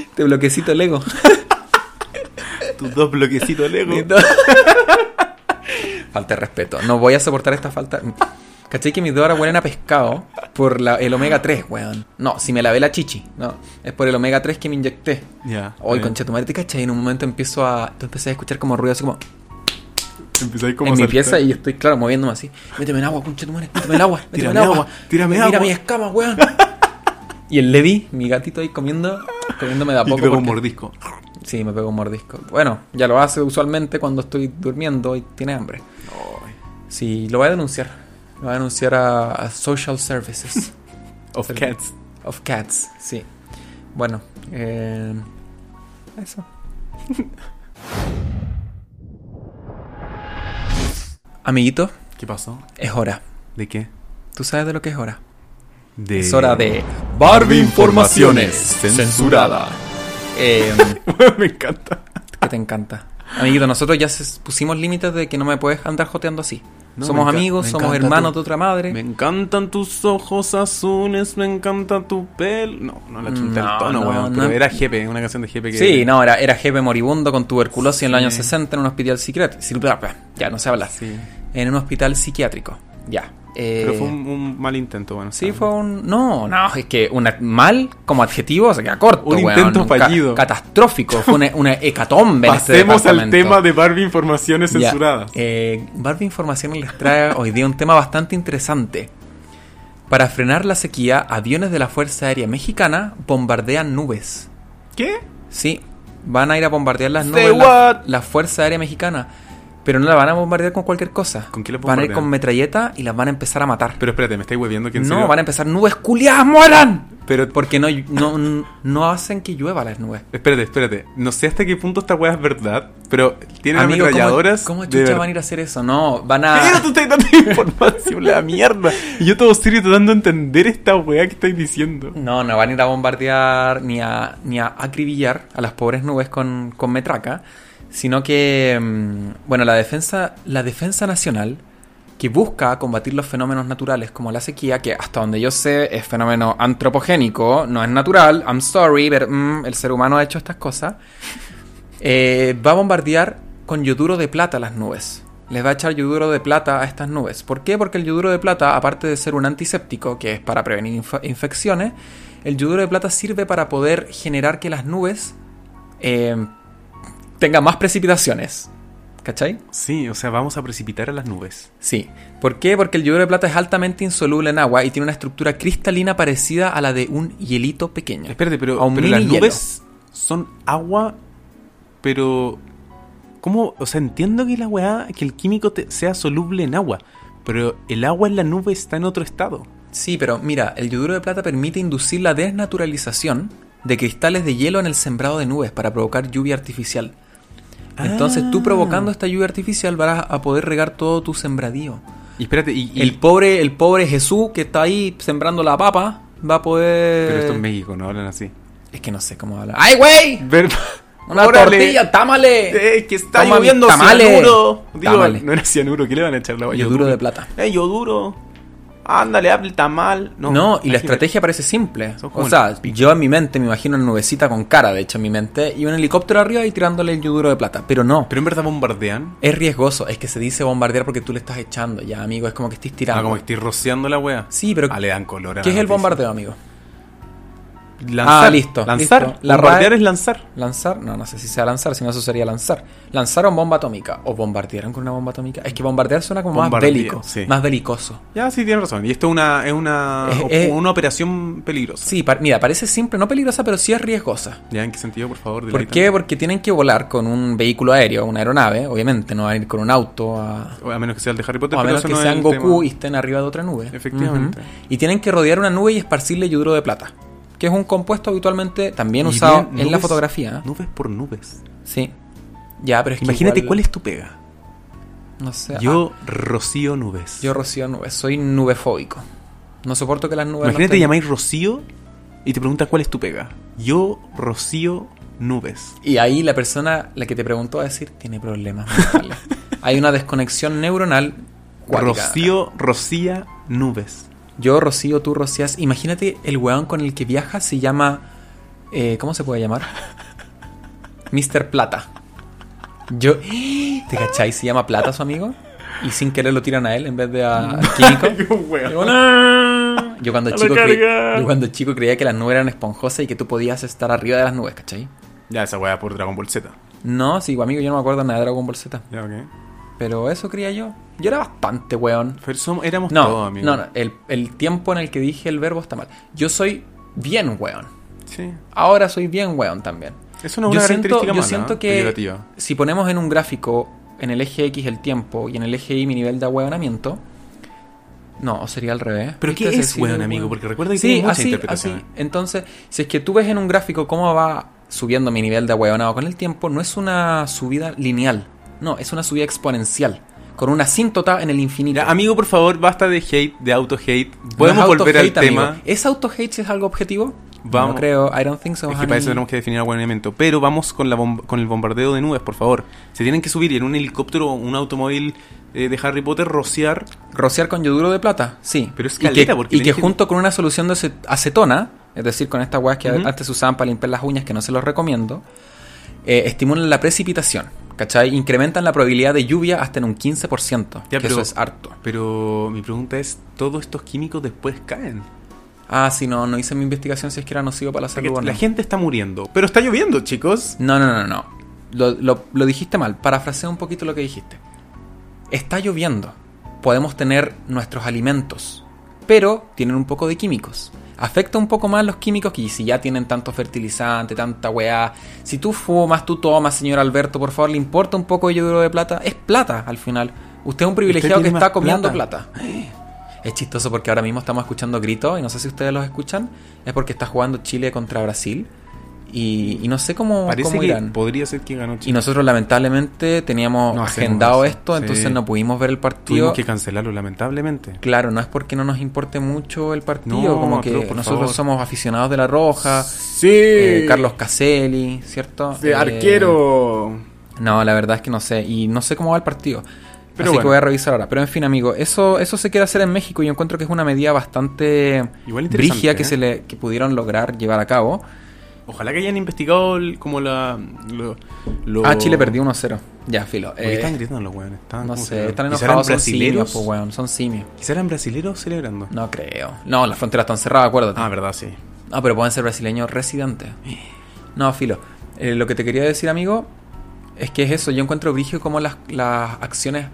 A: este bloquecito Lego.
B: Tus dos bloquecitos Lego.
A: Lindo. falta de respeto. No voy a soportar esta falta. ¿Cachai que mis dos horas huelen a pescado por la- el omega 3, weón? No, si me lavé la chichi. No, es por el omega 3 que me inyecté.
B: Ya.
A: Hoy,
B: está
A: concha tu madre, te cachai. En un momento empiezo a. Tú empecé a escuchar como ruido así como.
B: bien. Empezáis como
A: en
B: a
A: mi
B: saltar.
A: pieza y estoy, claro, moviéndome así. Méteme en agua, concha tu madre. Méteme en agua. Méteme en
B: Tírame agua, tírame
A: Mira
B: agua.
A: mis escamas, weón. y el Levi, mi gatito ahí comiendo. Comiéndome de a
B: Y te
A: poco.
B: pego un
A: porque-
B: mordisco.
A: Sí, me pego un mordisco. Bueno, ya lo hace usualmente cuando estoy durmiendo y tiene hambre.
B: Ay.
A: Sí, lo voy a denunciar. Lo voy a denunciar a, a Social Services
B: Of cats.
A: of Cats. Sí. Bueno, eh, eso. Amiguito,
B: ¿Qué pasó?
A: es hora.
B: ¿De qué?
A: ¿Tú sabes de lo que es hora?
B: De...
A: Es hora de
B: Eh, Barbie Informaciones, censurada.
A: Eh,
B: Me encanta.
A: que te encanta. Amiguito, nosotros ya se- pusimos límites de que no me puedes andar joteando así.
B: No,
A: somos
B: me enca-
A: amigos,
B: me
A: somos
B: encanta
A: hermanos
B: tu-
A: de otra madre.
B: Me encantan tus ojos azules, me encanta tu pelo. No, no la chunté
A: No,
B: el tono,
A: no,
B: weón.
A: no.
B: Pero era Jepe, una canción de Jepe que.
A: Sí, no, era, era jefe moribundo con tuberculosis en los
B: Sí.
A: años 60 en un hospital psiquiátrico. Sí, bla, bla, Ya, no se habla.
B: Sí.
A: En un hospital psiquiátrico. Ya. Eh,
B: Pero fue un, ah. un mal intento, bueno.
A: Sí,
B: está
A: fue un... No, no, es que un mal como adjetivo se queda corto.
B: Un
A: weón.
B: intento
A: ca-
B: fallido.
A: Catastrófico. Fue una, una hecatombe.
B: bien.
A: en este
B: Pasemos al
A: departamento.
B: tema de Barbie Informaciones
A: Ya.
B: Censuradas.
A: Eh, Barbie Información les trae hoy día un tema bastante interesante. Para frenar la sequía, aviones de la Fuerza Aérea Mexicana bombardean nubes.
B: ¿Qué?
A: Sí, van a ir a bombardear las
B: Say
A: nubes la,
B: what?
A: la Fuerza Aérea Mexicana. Pero no la van a bombardear con cualquier cosa.
B: ¿Con qué la
A: van a ir
B: bombardean?
A: con metralleta y las van a empezar a matar.
B: Pero espérate, me estáis hueviendo que en
A: no,
B: serio-
A: van a empezar nubes culiadas, mueran.
B: Pero
A: Porque no, no, no hacen que llueva las nubes.
B: espérate, espérate. No sé hasta qué punto esta weá es verdad, pero tienen
A: Amigo, ¿cómo-
B: ametralladoras.
A: ¿Cómo,
B: de
A: chucha
B: verdad.
A: van a ir a hacer eso? No, van a.
B: Pero tú estás dando información, la mierda. Y yo todo serio tratando de entender esta weá que estáis diciendo.
A: No, no van a ir a bombardear ni a, ni a acribillar a las pobres nubes con, con metraca, sino que, mm, bueno, la defensa, la defensa nacional, que busca combatir los fenómenos naturales como la sequía, que hasta donde yo sé es fenómeno antropogénico, no es natural, I'm sorry, pero mm, el ser humano ha hecho estas cosas, eh, va a bombardear con yoduro de plata las nubes. Les va a echar yoduro de plata a estas nubes. ¿Por qué? Porque el yoduro de plata, aparte de ser un antiséptico, que es para prevenir inf- infecciones, el yoduro de plata sirve para poder generar que las nubes eh, tengan más precipitaciones. ¿Cachai?
B: Sí, o sea, vamos a precipitar a las nubes.
A: Sí. ¿Por qué? Porque el yoduro de plata es altamente insoluble en agua y tiene una estructura cristalina parecida a la de un hielito pequeño.
B: Espérate,
A: A
B: pero,
A: un
B: pero
A: mini
B: las
A: hielo.
B: nubes son agua, pero... ¿Cómo? O sea, entiendo que la weá, que el químico te- sea soluble en agua, pero el agua en la nube está en otro estado.
A: Sí, pero mira, el yoduro de plata permite inducir la desnaturalización de cristales de hielo en el sembrado de nubes para provocar lluvia artificial. Entonces tú
B: Ah.
A: provocando esta lluvia artificial vas a poder regar todo tu sembradío.
B: Y espérate, y... y-
A: El pobre, el pobre Jesús que está ahí sembrando la papa va a poder...
B: Pero esto en México, no hablan así.
A: Es que no sé cómo hablar. ¡Ay, güey!
B: Ver-
A: ¡Una
B: ¡Órale!
A: tortilla, támale!
B: ¡Eh, que está
A: Toma mis
B: lloviendo
A: tamales.
B: cianuro! Digo,
A: Tamales.
B: no era cianuro, ¿qué le van a echar la agua?
A: Yoduro de plata.
B: ¡Eh, yoduro! Ándale, hable tamal.
A: No, y la
B: hay que ver.
A: estrategia parece simple.
B: Son como
A: O sea, yo en mi mente me imagino una nubecita con cara, de hecho, en mi mente, y un helicóptero arriba y tirándole el yoduro de plata. Pero no.
B: Pero en verdad bombardean.
A: Es riesgoso, es que se dice bombardear porque tú le estás echando, ya, amigo, es como que estés tirando.
B: Ah, como que estoy rociando la wea.
A: Sí, pero
B: Ah, le dan color a
A: ¿qué
B: la
A: es el
B: noticia.
A: bombardeo, amigo?
B: Lanzar.
A: Ah, listo,
B: Lanzar.
A: listo. La
B: bombardear
A: RAE-
B: es lanzar.
A: Lanzar, no, no sé si sea lanzar, sino eso sería lanzar. Lanzaron bomba atómica o bombardearon con una bomba atómica. Es que bombardear suena como
B: Bombardeo,
A: más bélico,
B: sí.
A: más belicoso.
B: Ya, sí, tienes razón. Y esto es una, es una,
A: Es-
B: o-
A: es-
B: una operación peligrosa.
A: Sí, par- mira, parece simple, no peligrosa, pero sí es riesgosa.
B: ¿Ya? ¿En qué sentido, por favor?
A: ¿Por
B: deleítame?
A: qué? Porque tienen que volar con un vehículo aéreo, una aeronave, obviamente, no van a ir con un auto a...
B: O A menos que sea el de Harry Potter,
A: o a
B: pero
A: menos
B: eso
A: que
B: no es
A: sean
B: el
A: Goku
B: tema.
A: y estén arriba de otra nube.
B: Efectivamente.
A: Ujú. Y tienen que rodear una nube y esparcirle yoduro de plata, que es un compuesto habitualmente también
B: Y
A: usado
B: bien,
A: en la
B: nubes-
A: fotografía. ¿eh?
B: Nubes por nubes.
A: Sí. Ya, pero es que
B: Imagínate
A: igual-
B: cuál es tu pega.
A: No sé.
B: Yo rocío nubes.
A: ah, yo rocío nubes, soy nubefóbico. No soporto que las nubes...
B: Imagínate
A: nos tengan-
B: llamáis Rocío y te preguntan cuál es tu pega. Yo rocío nubes.
A: Y ahí la persona, la que te preguntó, va a decir, tiene problemas mentales. Hay una desconexión neuronal. cuática.
B: Rocío rocía nubes.
A: Yo rocío, tú rocías. Imagínate el weón con el que viajas se llama. eh, ¿Cómo se puede llamar? Mr. Plata. Yo. ¿Te cacháis? Se llama Plata su amigo. Y sin querer lo tiran a él en vez de a, al químico. Yo, "No". Yo cuando,
B: ¡A la
A: chico cre-
B: carga!
A: yo cuando chico creía que las nubes eran esponjosas y que tú podías estar arriba de las nubes, ¿cachai?
B: Ya, esa weá por Dragon Ball Z.
A: No, sí, amigo, yo no me acuerdo nada de Dragon Ball Z.
B: Ya, ok.
A: Pero eso creía yo. Yo era bastante weón.
B: Pero somos- éramos
A: No,
B: todos, Oh, amigo.
A: no, no. El, el tiempo en el que dije el verbo está mal. Yo soy bien weón.
B: Sí.
A: Ahora soy bien weón también.
B: Eso no es
A: yo
B: una
A: siento,
B: característica
A: yo
B: mala, ¿eh?
A: siento que
B: peyorativa.
A: si ponemos en un gráfico en el eje X el tiempo y en el eje Y mi nivel de ahueonamiento, no, sería al revés.
B: ¿Pero
A: ¿Viste?
B: qué
A: Se
B: es
A: sigue
B: weón,
A: el
B: amigo? Porque recuerda que
A: sí,
B: tiene muchas
A: así,
B: interpretaciones.
A: así. Entonces, si es que tú ves en un gráfico cómo va subiendo mi nivel de ahueonado con el tiempo, no es una subida lineal, no, es una subida exponencial, con una asíntota en el infinito.
B: Ya, amigo, por favor, basta de hate, de auto-hate.
A: No
B: Podemos
A: es
B: volver al
A: auto-hate, amigo.
B: tema.
A: ¿Es auto-hate si es algo objetivo?
B: Vamos.
A: No creo, I don't think so.
B: Es que para eso
A: honey.
B: tenemos que definir algún elemento. Pero vamos con, la bom- con el bombardeo de nubes, por favor. Se tienen que subir y en un helicóptero o un automóvil eh, de Harry Potter rociar.
A: Rociar con yoduro de plata, sí.
B: Pero es
A: y
B: caleta,
A: que,
B: porque
A: y
B: tenés
A: que
B: que-
A: junto con una solución de ace- acetona, es decir, con estas weas que
B: Ujú.
A: antes se usaban para limpiar las uñas, que no se los recomiendo, eh, estimulan la precipitación, ¿cachai? Incrementan la probabilidad de lluvia hasta en un 15%,
B: Ya,
A: que
B: pero-
A: eso es harto.
B: Pero mi pregunta es, ¿todos estos químicos después caen?
A: Ah, sí, no, no hice mi investigación si es que era nocivo para la
B: Porque
A: salud o no.
B: la gente está muriendo. Pero está lloviendo, chicos.
A: No, no, no, no. Lo, lo- lo dijiste mal. Parafrasea un poquito lo que dijiste. Está lloviendo. Podemos tener nuestros alimentos. Pero tienen un poco de químicos. Afecta un poco más los químicos que si ya tienen tanto fertilizante, tanta weá. Si tú fumas, tú tomas, señor Alberto, por favor, le importa un poco de yoduro de plata. Es plata al final. Usted es un privilegiado
B: Usted
A: que
B: tiene
A: está
B: más
A: comiendo
B: plata.
A: plata. Es chistoso porque ahora mismo estamos escuchando gritos y no sé si ustedes los escuchan. Es porque está jugando Chile contra Brasil. Y, y no sé cómo,
B: Parece
A: cómo
B: que
A: irán.
B: podría ser que ganó
A: Y
B: Chile.
A: nosotros lamentablemente teníamos
B: No hacemos
A: agendado
B: eso,
A: esto,
B: sí.
A: entonces no pudimos ver el partido.
B: Tuvimos que cancelarlo, lamentablemente.
A: Claro, no es porque no nos importe mucho el partido,
B: No,
A: como que
B: pero por
A: nosotros
B: favor.
A: somos aficionados de La Roja,
B: Sí.
A: eh, Carlos Caselli, ¿cierto? Eh, No, la verdad es que no sé, y no sé cómo va el partido.
B: Pero
A: Así que
B: bueno.
A: voy a revisar ahora. Pero en fin, amigo, eso, eso se quiere hacer en México y yo encuentro que es una medida bastante
B: Igual interesante,
A: brígida que
B: ¿eh?
A: se le que pudieron lograr llevar a cabo.
B: Ojalá que hayan investigado el- como la... Lo, lo-
A: Ah, Chile perdió 1-0. Ya, filo.
B: ¿Por qué
A: Eh,
B: están gritando los weones? Están
A: no
B: como
A: sé,
B: celebrando.
A: están
B: ¿Quizá eran
A: enojados, son simios,
B: brasileros?
A: pues, weón, son simios.
B: Quizá eran brasileros celebrando.
A: No creo. No, las fronteras están cerradas, acuérdate.
B: Ah, verdad, sí.
A: No, pero pueden ser brasileños residentes. No, filo. Eh, lo que te quería decir, amigo, es que es eso. Yo encuentro brigio como las, las acciones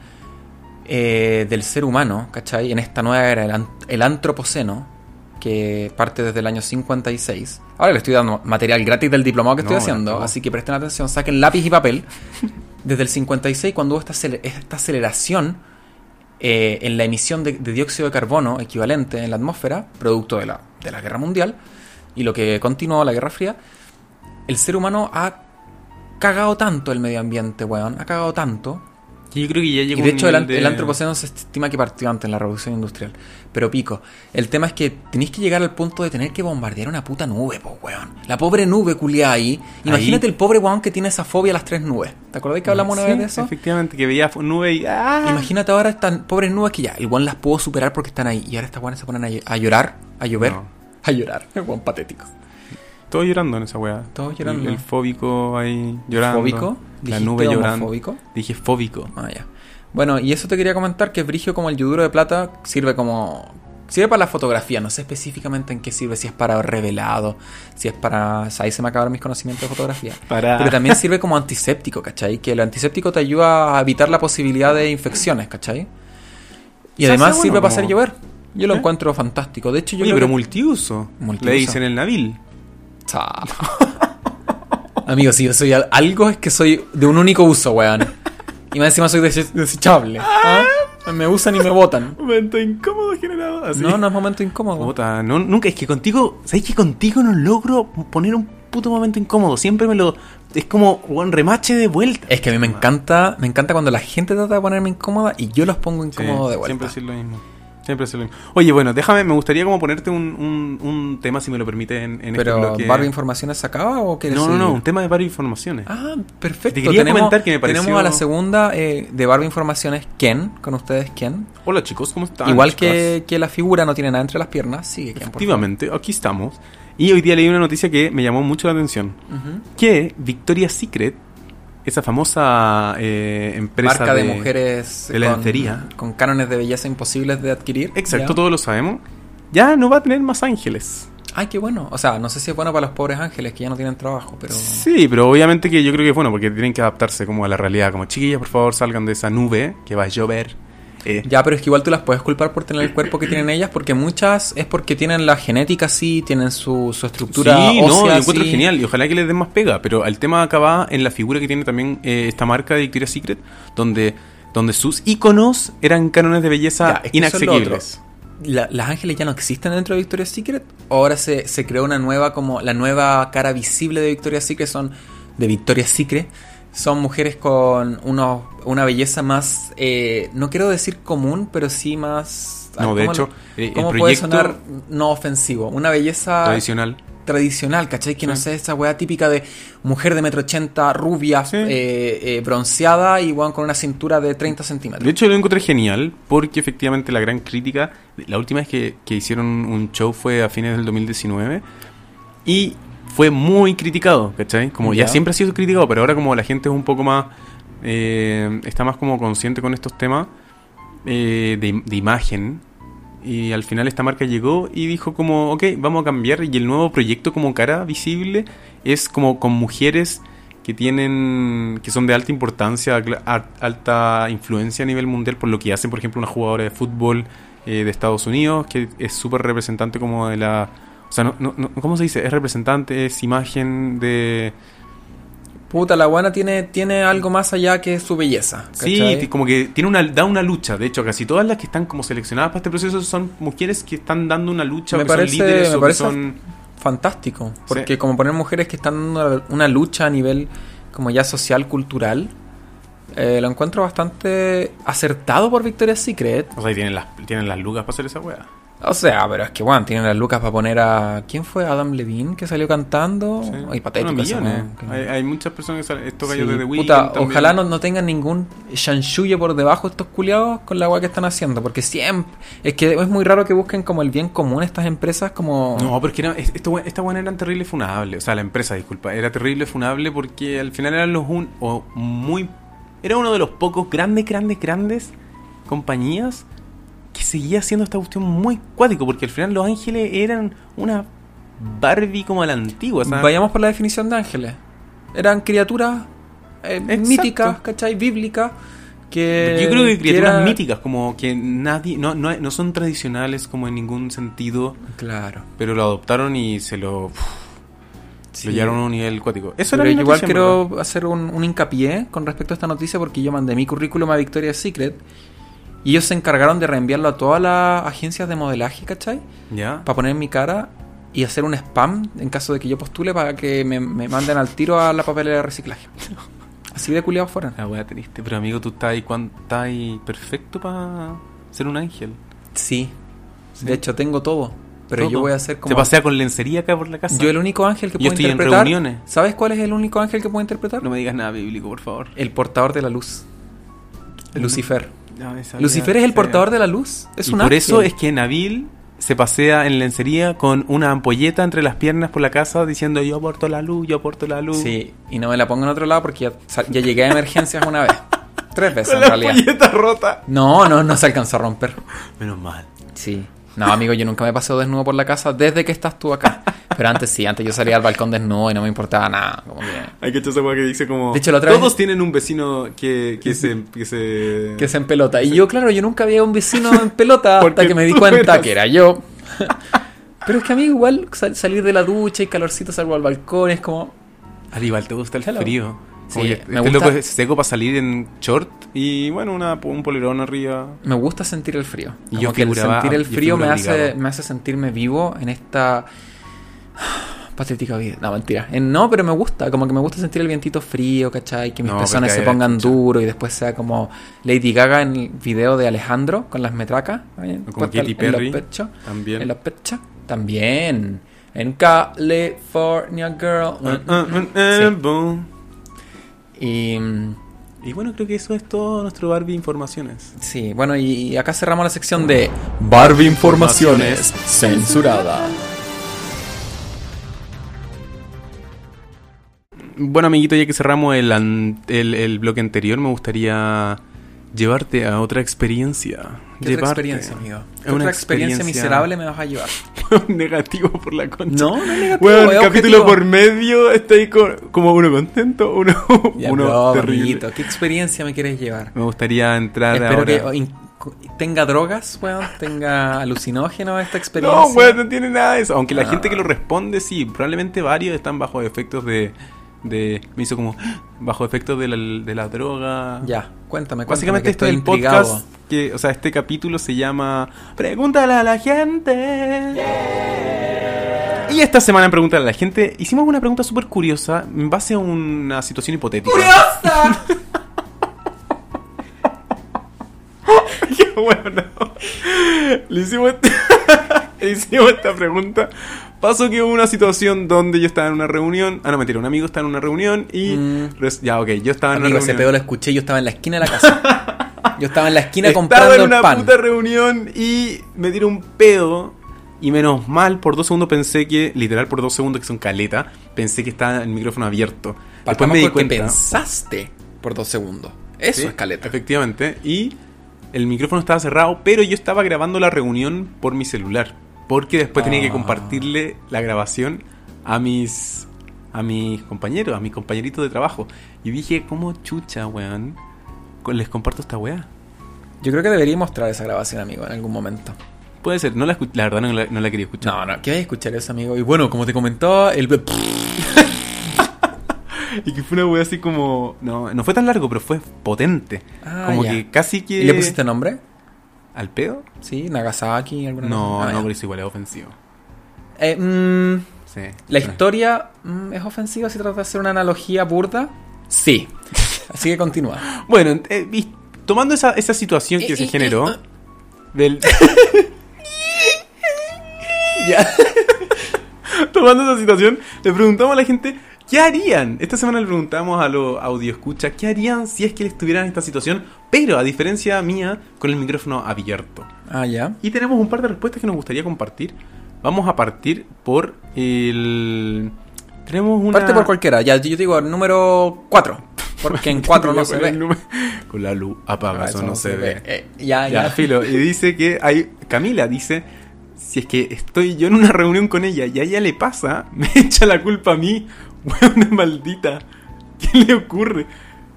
A: eh, del ser humano, ¿cachai? En esta nueva era, el, an- el antropoceno, que parte desde el año 56. Ahora le estoy dando material gratis del diplomado que estoy
B: No,
A: haciendo,
B: no.
A: así que presten atención, saquen lápiz y papel. Desde el 56, cuando hubo esta, acele- esta aceleración eh, en la emisión de, de dióxido de carbono equivalente en la atmósfera, producto de la, de la guerra mundial, y lo que continuó la Guerra Fría, el ser humano ha cagado tanto el medio ambiente, weón, ha cagado tanto.
B: Y yo creo que ya llegó
A: Y de
B: un
A: hecho el,
B: nivel
A: an- el antropoceno se estima que partió antes en la revolución industrial, pero pico. El tema es que tenéis que llegar al punto de tener que bombardear una puta nube, pues weón. La pobre nube culiada ahí. Imagínate el pobre weón que tiene esa fobia a las tres nubes. ¿Te acordás que hablamos una
B: Sí,
A: vez de eso?
B: efectivamente, que veía nube y... ¡Ah!
A: Imagínate ahora estas pobres nubes que ya, el weón las pudo superar porque están ahí. Y ahora estas weones se ponen a, ll- a llorar, a llover,
B: No.
A: a llorar. El weón patético.
B: Todos llorando en esa weá.
A: Todos llorando.
B: El, el fóbico ahí llorando.
A: ¿Fóbico?
B: La
A: ¿Dijiste
B: nube llorando.
A: homofóbico?
B: Dije fóbico.
A: Ah, ya. Bueno, y eso te quería comentar que Brigio como el yoduro de plata sirve como Sirve para la fotografía, no sé específicamente en qué sirve, si es para revelado, si es para... Ahí se me acabaron mis conocimientos de fotografía.
B: Para-
A: Pero también sirve como antiséptico, ¿cachai? Que el antiséptico te ayuda a evitar la posibilidad de infecciones, ¿cachai? Y
B: Se
A: además
B: hace bueno
A: sirve para hacer
B: como-
A: llover. Yo lo
B: ¿Eh?
A: encuentro fantástico. De hecho, yo
B: Oye,
A: creo
B: pero
A: que-
B: multiuso.
A: Multiuso.
B: Le dicen el Nabil.
A: Cha. Amigo, si yo soy al- algo es que soy de un único uso, weón. Y más encima soy des- desechable. ¿ah? Me usan y me botan.
B: Momento incómodo generado. Así.
A: No, no es momento incómodo.
B: Puta, no, nunca, es que contigo, ¿sabes que contigo no logro poner un puto momento incómodo? Siempre me lo. Es como un remache de vuelta.
A: Es que a mí me encanta, me encanta cuando la gente trata de ponerme incómoda y yo los pongo
B: Sí,
A: incómodo de
B: Siempre
A: vuelta.
B: es lo mismo. Siempre es lo mismo. Oye, bueno, déjame, me gustaría como ponerte un, un, un tema, si me lo permiten, en este
A: Pero,
B: bloque.
A: ¿Barrio Informaciones se acaba o quieres
B: No, no, no,
A: seguir?
B: un tema de varias informaciones.
A: Ah, perfecto.
B: Te quería
A: tenemos,
B: comentar que me pareció-
A: tenemos a la segunda eh, de Barba Informaciones, Ken, con ustedes Ken.
B: Hola chicos, ¿cómo están?
A: Igual
B: chicas?
A: que, que la figura no tiene nada entre las piernas, sigue Ken. por favor.
B: Efectivamente, aquí estamos. Y hoy día leí una noticia que me llamó mucho la atención.
A: Ujú.
B: Que Victoria's Secret, esa famosa eh, empresa
A: marca de, mujeres
B: de lencería.
A: con, con cánones de belleza imposibles de adquirir.
B: Exacto,
A: ¿ya?
B: todos lo sabemos. Ya no va a tener más ángeles.
A: Ay, qué bueno. O sea, no sé si es bueno para los pobres ángeles que ya no tienen trabajo, pero
B: Sí, pero obviamente que yo creo que es bueno porque tienen que adaptarse como a la realidad. Como chiquillas, por favor, salgan de esa nube que va a llover. Eh,
A: ya, pero es que igual tú las puedes culpar por tener el cuerpo que tienen ellas, porque muchas es porque tienen la genética así, tienen su, su estructura
B: sí, no,
A: ósea
B: lo encuentro
A: así.
B: genial y ojalá que les den más pega, pero el tema acaba en la figura que tiene también eh, esta marca de Victoria's Secret, donde, donde sus íconos eran cánones de
A: Ya,
B: belleza
A: es que eso es lo
B: inaccesibles.
A: La- las ángeles ya no existen dentro de Victoria's Secret. ¿O Ahora se, se creó una nueva, como la nueva cara visible de Victoria's Secret son de Victoria's Secret. Son mujeres con unos, una belleza más, eh, no quiero decir común, pero sí más... ay,
B: No, de
A: Ah, ¿cómo
B: hecho,
A: lo-
B: eh, el
A: ¿cómo puede
B: proyecto-
A: sonar Ah, no ofensivo? Una belleza
B: Tradicional.
A: tradicional, ¿cachai? Que no
B: Sí.
A: sé, esa weá típica de mujer de metro ochenta, rubia,
B: Sí.
A: eh, eh, bronceada y weón con una cintura de 30 centímetros.
B: De hecho, lo encontré genial porque efectivamente la gran crítica, la última vez que, que hicieron un show fue a fines del 2019 y fue muy criticado, ¿cachai? Como ya,
A: Ya.
B: siempre ha sido criticado, pero ahora como la gente es un poco más, eh, está más como consciente con estos temas eh, de, de imagen. Y al final esta marca llegó y dijo como, ok, vamos a cambiar. Y el nuevo proyecto como cara visible es como con mujeres que tienen que son de alta importancia, cla- ar- alta influencia a nivel mundial por lo que hacen, por ejemplo, una jugadora de fútbol eh, de Estados Unidos que es súper representante como de la, o sea, no, no- no- ¿cómo se dice? Es representante, es imagen de
A: Puta, la guana tiene, tiene algo más allá que su belleza.
B: Sí,
A: ¿cachai?
B: ti- como que tiene una da una lucha, de hecho, casi todas las que están como seleccionadas para este proceso son mujeres que están dando una lucha,
A: Me
B: o que son
A: parece-
B: líderes,
A: me
B: o que
A: parece-
B: son
A: fantástico. Porque
B: Sí.
A: como poner mujeres que están dando una, una lucha a nivel como ya social, cultural, eh, lo encuentro bastante acertado por Victoria's Secret.
B: o sea, y tienen las tienen las lucas para hacer esa wea.
A: O sea, pero es que, bueno, tienen las lucas para poner a... ¿Quién fue? Adam Levine, que salió cantando.
B: Sí.
A: Ay, patético
B: Bueno,
A: ese,
B: millones.
A: weón, que-
B: Hay, hay muchas personas que salen. Estos gallos
A: Sí,
B: de The Weeknd
A: puta,
B: también.
A: ojalá no, no tengan ningún chanchullo por debajo estos culiados con la agua que están haciendo, porque siempre es que es muy raro que busquen como el bien común estas empresas como
B: No, porque era, es- esto, esta buena eran terrible funable. O sea, la empresa, disculpa. Era terrible funable porque al final eran los un. O muy. Era uno de los pocos grandes, grandes, grandes compañías que seguía haciendo esta cuestión muy cuático. Porque al final Los Ángeles eran una Barbie como a la antigua. o sea,
A: Vayamos por la definición de ángeles. Eran criaturas eh,
B: Exacto.
A: míticas, ¿cachai? Bíblicas. eh, Que,
B: Yo creo que criaturas
A: era-
B: míticas, como que nadie. No, no, no son tradicionales como en ningún sentido.
A: Claro.
B: Pero lo adoptaron y se lo.
A: sí.
B: Lo llevaron a un nivel cuático. Eso
A: Pero
B: era mi
A: yo igual
B: noticia, en
A: quiero
B: verdad.
A: hacer un, un hincapié con respecto a esta noticia porque yo mandé mi currículum a Victoria's Secret y ellos se encargaron de reenviarlo a todas las agencias de modelaje, ¿cachai?
B: ¿Ya?
A: para poner mi cara y hacer un spam en caso de que yo postule para que me, me manden al tiro a la papelera de reciclaje. Así de culiados fueron.
B: La wea triste. Pero amigo, tú estás ahí, cuan- estás ahí perfecto para ser un ángel.
A: Sí.
B: Sí.
A: De hecho, tengo todo. Pero
B: Todo.
A: yo voy a hacer como.
B: Se pasea con lencería acá por la casa.
A: Yo, el único ángel que
B: Yo
A: puedo
B: estoy en
A: interpretar.
B: reuniones.
A: ¿Sabes cuál es el único ángel que puedo interpretar?
B: No me digas nada bíblico, por favor.
A: El portador de la luz.
B: Mm.
A: Lucifer. Lucifer es el portador de la luz. Es
B: y
A: un
B: Por
A: ángel.
B: eso es que Nabil se pasea en lencería con una ampolleta entre las piernas por la casa diciendo yo aporto la luz, yo aporto la luz.
A: Sí, y no me la pongo en otro lado porque ya, sa- ya llegué a emergencias una vez. Tres veces
B: Con
A: en
B: la
A: realidad.
B: ampolleta rota.
A: No, no, no se alcanzó a romper.
B: Menos mal.
A: Sí. No, amigo, yo nunca me paseo desnudo por la casa desde que estás tú acá. Pero antes sí, antes yo salía al balcón desnudo y no me importaba nada. Como que,
B: Hay que echar esa weá que dice como.
A: De hecho, la otra
B: Todos
A: vez-
B: tienen un vecino que, que se. Que se...
A: que se en pelota. Y yo, claro, yo nunca había un vecino en pelota hasta
B: Porque
A: que me di
B: tú
A: cuenta
B: eras.
A: que era yo. Pero es que a mí igual sal- salir de la ducha y calorcito salgo al balcón es como...
B: Al igual te gusta el
A: Hello.
B: frío.
A: Sí,
B: Como que
A: me
B: este
A: gusta-
B: loco es seco para salir en short y bueno, una, un polerón arriba.
A: Me gusta sentir el frío.
B: Y
A: Como
B: yo
A: que el
B: figuraba-
A: sentir el
B: yo
A: frío me
B: figura
A: hace,
B: obligado.
A: me hace sentirme vivo en esta patética vida. No, mentira. Eh, No, pero me gusta. Como que me gusta sentir el vientito frío, ¿cachai? Que mis
B: No,
A: pezones
B: porque
A: se
B: ahí
A: pongan
B: escucha.
A: duros y después sea como Lady Gaga en el video de Alejandro con las metracas. ¿eh?
B: O como
A: Puesta
B: Katy
A: En
B: Perry.
A: los pechos.
B: También.
A: En los pechos. También. En California Girl.
B: Ah, ah, ah, ah, boom.
A: Y... mm,
B: Y bueno, creo que eso es todo nuestro Barbie Informaciones.
A: Sí, bueno, y acá cerramos la sección de Barbie Informaciones Censurada.
B: Bueno, amiguito, ya que cerramos el, an- el, el bloque anterior, me gustaría llevarte a otra experiencia.
A: ¿Qué otra
B: Llevarte
A: experiencia, amigo? ¿Qué
B: a eh, una
A: otra experiencia,
B: experiencia-
A: miserable me vas a llevar?
B: negativo por la concha.
A: no es negativo,
B: Bueno,
A: es
B: capítulo
A: objetivo.
B: por medio, está ahí con- como uno contento, uno,
A: Ya,
B: uno
A: no,
B: terrible.
A: amiguito, ¿qué experiencia me quieres llevar?
B: Me gustaría entrar
A: Espero
B: ahora.
A: que o, in- cu- tenga drogas, weón, tenga alucinógenos esta experiencia.
B: no, weón, no tiene nada de eso. Aunque la
A: Ah.
B: gente que lo responde, sí, probablemente varios están bajo efectos de. de me hizo como. ¡Ah! bajo efectos de la, de la droga.
A: Ya, cuéntame, cuéntame
B: Básicamente
A: que
B: este
A: estoy
B: es el
A: intrigado.
B: podcast que, o sea, este capítulo se llama Pregúntale a la gente. Y esta semana en Pregúntale a la gente hicimos una pregunta súper curiosa en base a una situación hipotética.
A: ¡Curiosa!
B: Ah, ¡Qué bueno! Le hicimos, este- le hicimos esta pregunta. Pasó que hubo una situación donde yo estaba en una reunión. Ah, no, mentira, un amigo estaba en una reunión y.
A: Mm.
B: res- Ya, ok, yo estaba en
A: Amigo,
B: una
A: ese
B: reunión.
A: pedo lo escuché, yo estaba en la esquina de la casa. Yo estaba en la esquina
B: Estaba
A: comprando
B: en
A: el
B: una
A: pan.
B: puta reunión y me tiré un pedo. Y menos mal, por dos segundos pensé que, literal por dos segundos, que son caleta, pensé que estaba el micrófono abierto. Después
A: Partamos
B: me di
A: porque
B: cuenta.
A: pensaste por dos segundos. Eso
B: Sí,
A: es caleta.
B: Efectivamente. Y el micrófono estaba cerrado, pero yo estaba grabando la reunión por mi celular. Porque después tenía que
A: Ah.
B: compartirle la grabación a mis. a mis compañeros, a mis compañeritos de trabajo. Y dije, ¿cómo chucha, weón? co- Les comparto esta weá.
A: Yo creo que debería mostrar esa grabación, amigo, en algún momento.
B: Puede ser, no la escu- La verdad no la, no la quería escuchar.
A: No, no, que vaya a escuchar eso, amigo. Y bueno, como te comentaba, el...
B: Y que fue una weá así como. No, no fue tan largo, pero fue potente.
A: Ah,
B: como
A: ya.
B: que casi que.
A: ¿Y le pusiste nombre?
B: ¿Al pedo?
A: ¿Sí? ¿Nagasaki? ¿Alguna
B: No,
A: cosa? Ah,
B: no,
A: ya.
B: pero eso igual es ofensivo.
A: Eh, mm,
B: Sí.
A: ¿La historia mm, es ofensiva si tratas de hacer una analogía burda? Sí. Así que continúa.
B: Bueno, eh, y tomando esa, esa situación que se generó.
A: ah.
B: Del...
A: Ya.
B: tomando esa situación, le preguntamos a la gente. ¿Qué harían? Esta semana le preguntamos a los audioscuchas, ¿qué harían si es que estuvieran en esta situación? Pero a diferencia mía, con el micrófono abierto.
A: Ah, ya.
B: Y tenemos un par de respuestas que nos gustaría compartir. Vamos a partir por el. Tenemos una.
A: Parte por cualquiera. Ya, yo te digo número 4. Porque en 4 no se
B: Con el
A: ve.
B: número- Con la luz apaga,
A: Ah,
B: eso, no, se, ve.
A: Eh, ya,
B: Ya,
A: ya.
B: filo. Y dice que hay. Camila dice: Si es que estoy yo en una reunión con ella y a ella le pasa, me echa la culpa a mí, weón maldita. ¿Qué le ocurre?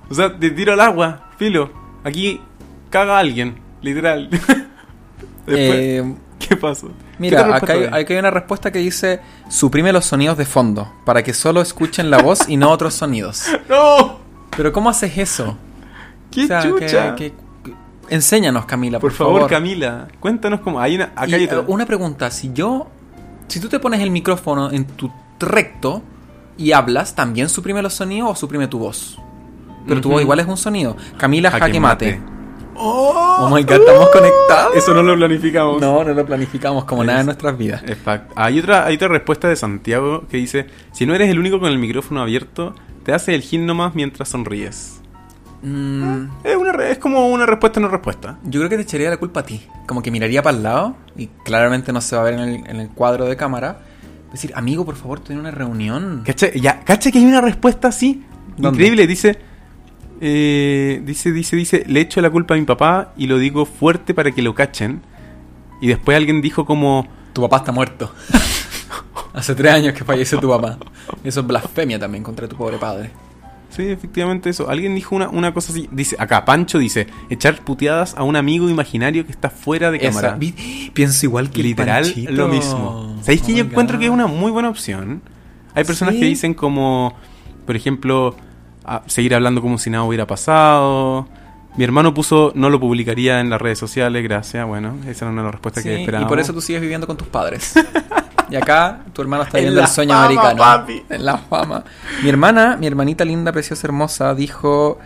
B: O sea, te tiro al agua, filo. Aquí caga alguien, literal. Después,
A: Eh,
B: ¿Qué pasó? ¿Qué otra
A: Mira, acá
B: respuesta
A: hay,
B: había?
A: acá hay una respuesta que dice suprime los sonidos de fondo para que solo escuchen la voz y no otros sonidos.
B: ¡No!
A: Pero ¿cómo haces eso?
B: ¡Qué
A: O sea, que-
B: chucha!
A: que- enséñanos, Camila, por,
B: Por favor, Camila, cuéntanos cómo. Hay una. Acá
A: Y,
B: hay
A: eh,
B: otra.
A: una pregunta, si yo si tú te pones el micrófono en tu recto y hablas, ¿también suprime los sonidos o suprime tu voz? Pero tu
B: Ujú.
A: voz igual es un sonido. Camila
B: Jaque
A: jaque, mate.
B: ¡Oh!
A: Oh my god, estamos conectados.
B: Eso no lo planificamos.
A: No, no lo planificamos como nada en
B: Es-
A: nuestras vidas.
B: Es fact. Ah, Hay otra, hay otra respuesta de Santiago que dice: Si no eres el único con el micrófono abierto, te hace el gin nomás mientras sonríes.
A: Mm.
B: Es, una, re- es como una respuesta no respuesta.
A: Yo creo que te echaría la culpa a ti. Como que miraría para el lado y claramente no se va a ver en el, en el cuadro de cámara. Decir, amigo, por favor, estoy en una reunión.
B: ¿Cacha? Ya, ¿cacha que hay una respuesta así?
A: ¿Dónde?
B: Increíble. Dice, eh, dice, dice, dice: Le echo la culpa a mi papá y lo digo fuerte para que lo cachen. Y después alguien dijo como...
A: Tu papá está muerto. Hace tres años que falleció tu papá. Eso es blasfemia también contra tu pobre padre.
B: Sí, efectivamente eso. Alguien dijo una, una cosa así. Dice, acá, Pancho dice, echar puteadas a un amigo imaginario que está fuera de
A: Esa-
B: cámara.
A: vi- Pienso igual que el
B: Literal,
A: Panchito.
B: lo mismo. ¿Sabéis que
A: Oh
B: yo
A: my
B: encuentro que es
A: God.
B: una muy buena opción? Hay personas
A: Sí.
B: que dicen como, por ejemplo, a- seguir hablando como si nada hubiera pasado. Mi hermano puso, no lo publicaría en las redes sociales, gracias. Bueno, esa era una de las respuestas
A: Sí,
B: que
A: y
B: esperábamos.
A: por eso tú sigues viviendo con tus padres. Y acá tu hermano está
B: En
A: viviendo el
B: la
A: sueño
B: fama,
A: americano.
B: papi.
A: En la fama. Mi hermana, mi hermanita linda, preciosa, hermosa, dijo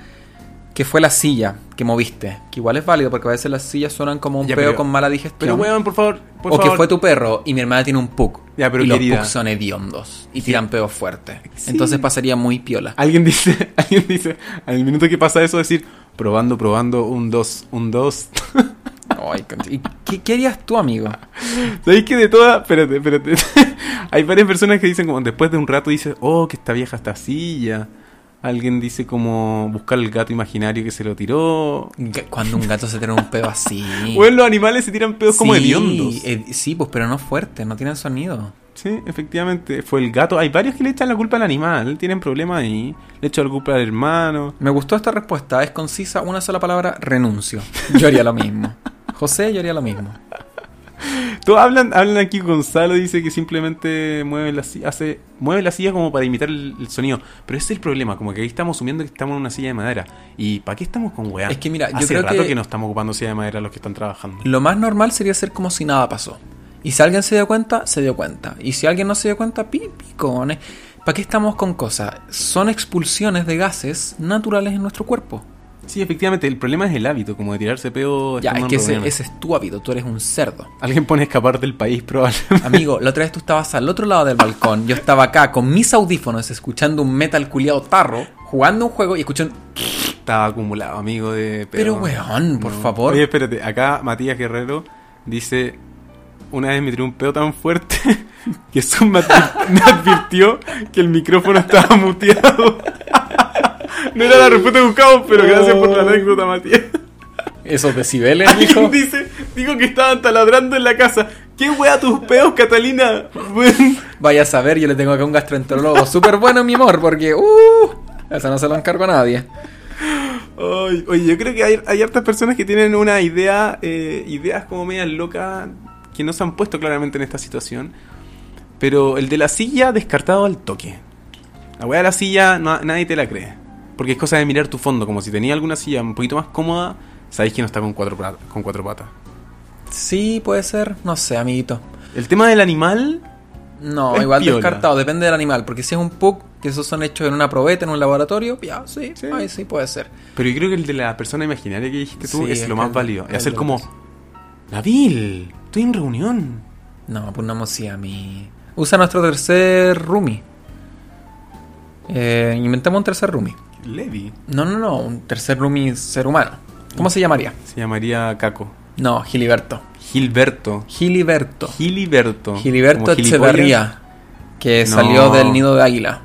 A: que fue la silla que moviste. Que igual es válido porque a veces las sillas suenan como un
B: Ya,
A: peo
B: pero-
A: con mala digestión.
B: Pero, weón, por favor, por
A: o
B: favor.
A: que fue tu perro y mi hermana tiene un pug.
B: Ya, pero
A: y los
B: querida.
A: pugs son hediondos y tiran peos fuertes.
B: Sí.
A: Entonces pasaría muy piola.
B: Alguien dice, alguien dice, al minuto que pasa eso, decir, probando, probando, un dos, un dos.
A: Ay, conch- ¿Y qué, qué harías tú, amigo?
B: ¿Sabéis que de toda... Espérate, espérate. Hay varias personas que dicen como después de un rato dices, oh, que está vieja esta silla. Alguien dice como buscar el gato imaginario que se lo tiró.
A: Ga- Cuando un gato se tira un peo así.
B: Bueno, los animales se tiran pedos como
A: Sí,
B: hediondos.
A: eh, sí, pues, pero no fuerte, no tienen sonido.
B: Sí, efectivamente. Fue el gato. Hay varios que le echan la culpa al animal. Tienen problemas ahí. Le echan la culpa al hermano.
A: Me gustó esta respuesta, es concisa, una sola palabra, renuncio. Yo haría lo mismo. José, yo haría lo mismo.
B: Todos hablan, hablan aquí. Gonzalo dice que simplemente mueve la silla, hace, mueve la silla como para imitar el, el sonido. Pero ese es el problema, como que ahí estamos asumiendo que estamos en una silla de madera. ¿Y para qué estamos con weá?
A: Es que mira, yo
B: Hace
A: creo
B: rato
A: que-
B: que... no estamos ocupando silla de madera los que están trabajando.
A: Lo más normal sería hacer como si nada pasó. Y si alguien se dio cuenta, se dio cuenta. Y si alguien no se dio cuenta, pi, picones. ¿Para qué estamos con cosas? Son expulsiones de gases naturales en nuestro cuerpo.
B: Sí, efectivamente, el problema es el hábito, como de tirarse pedo.
A: Ya,
B: estando
A: es
B: Pues en
A: que ese,
B: reuniones.
A: ese es tu hábito, tú eres un cerdo.
B: Alguien pone escapar del país, probablemente.
A: Amigo, la otra vez tú estabas al otro lado del balcón, yo estaba acá con mis audífonos escuchando un metal culiado tarro, jugando un juego y escuché un...
B: Estaba acumulado, amigo de.
A: Pero weón, por
B: No.
A: favor.
B: Oye, espérate, acá Matías Guerrero dice: Una vez me tiró un pedo tan fuerte que Zoom me, advi- me advirtió que el micrófono estaba muteado. no era la respuesta que buscamos, pero gracias por la anécdota, Matías.
A: Esos decibeles,
B: Alguien
A: hijo.
B: dice: Dijo que estaban taladrando en la casa. ¿Qué wea tus pedos, Catalina? Weón.
A: Vaya a saber, yo le tengo acá un gastroenterólogo súper bueno, mi amor, porque... Uh, esa no se lo encargo a nadie.
B: Ay, oye, yo creo que hay, hay hartas personas que tienen una idea, eh, ideas como medias locas que no se han puesto claramente en esta situación. Pero el de la silla descartado al toque. La weá de la silla no- nadie te la cree. Porque es cosa de mirar tu fondo, como si tenía alguna silla un poquito más cómoda, sabéis que no está con cuatro, pra- con cuatro patas.
A: Sí, puede ser. No sé, amiguito.
B: El tema del animal,
A: No,
B: Es
A: igual
B: piola.
A: descartado, depende del animal, porque si es un pug, que esos son hechos en una probeta, en un laboratorio, ya, sí,
B: Sí.
A: ahí sí puede ser.
B: pero yo creo que el de la persona imaginaria que dijiste tú
A: Sí,
B: es,
A: es
B: lo
A: que
B: más
A: el-
B: válido.
A: el
B: Es hacer
A: de
B: como,
A: los-
B: Nabil, estoy en reunión.
A: No, pongamos sí a mí. Usa nuestro tercer roomie. Eh, inventamos un tercer roomie.
B: Levi.
A: No, no, no, un tercer roomie ser humano. ¿Cómo se llamaría?
B: Se llamaría Caco.
A: No, Giliberto.
B: Gilberto.
A: Giliberto.
B: Giliberto.
A: Giliberto
B: Como gilipollas.
A: Echeverría, que
B: No.
A: salió del nido de águila.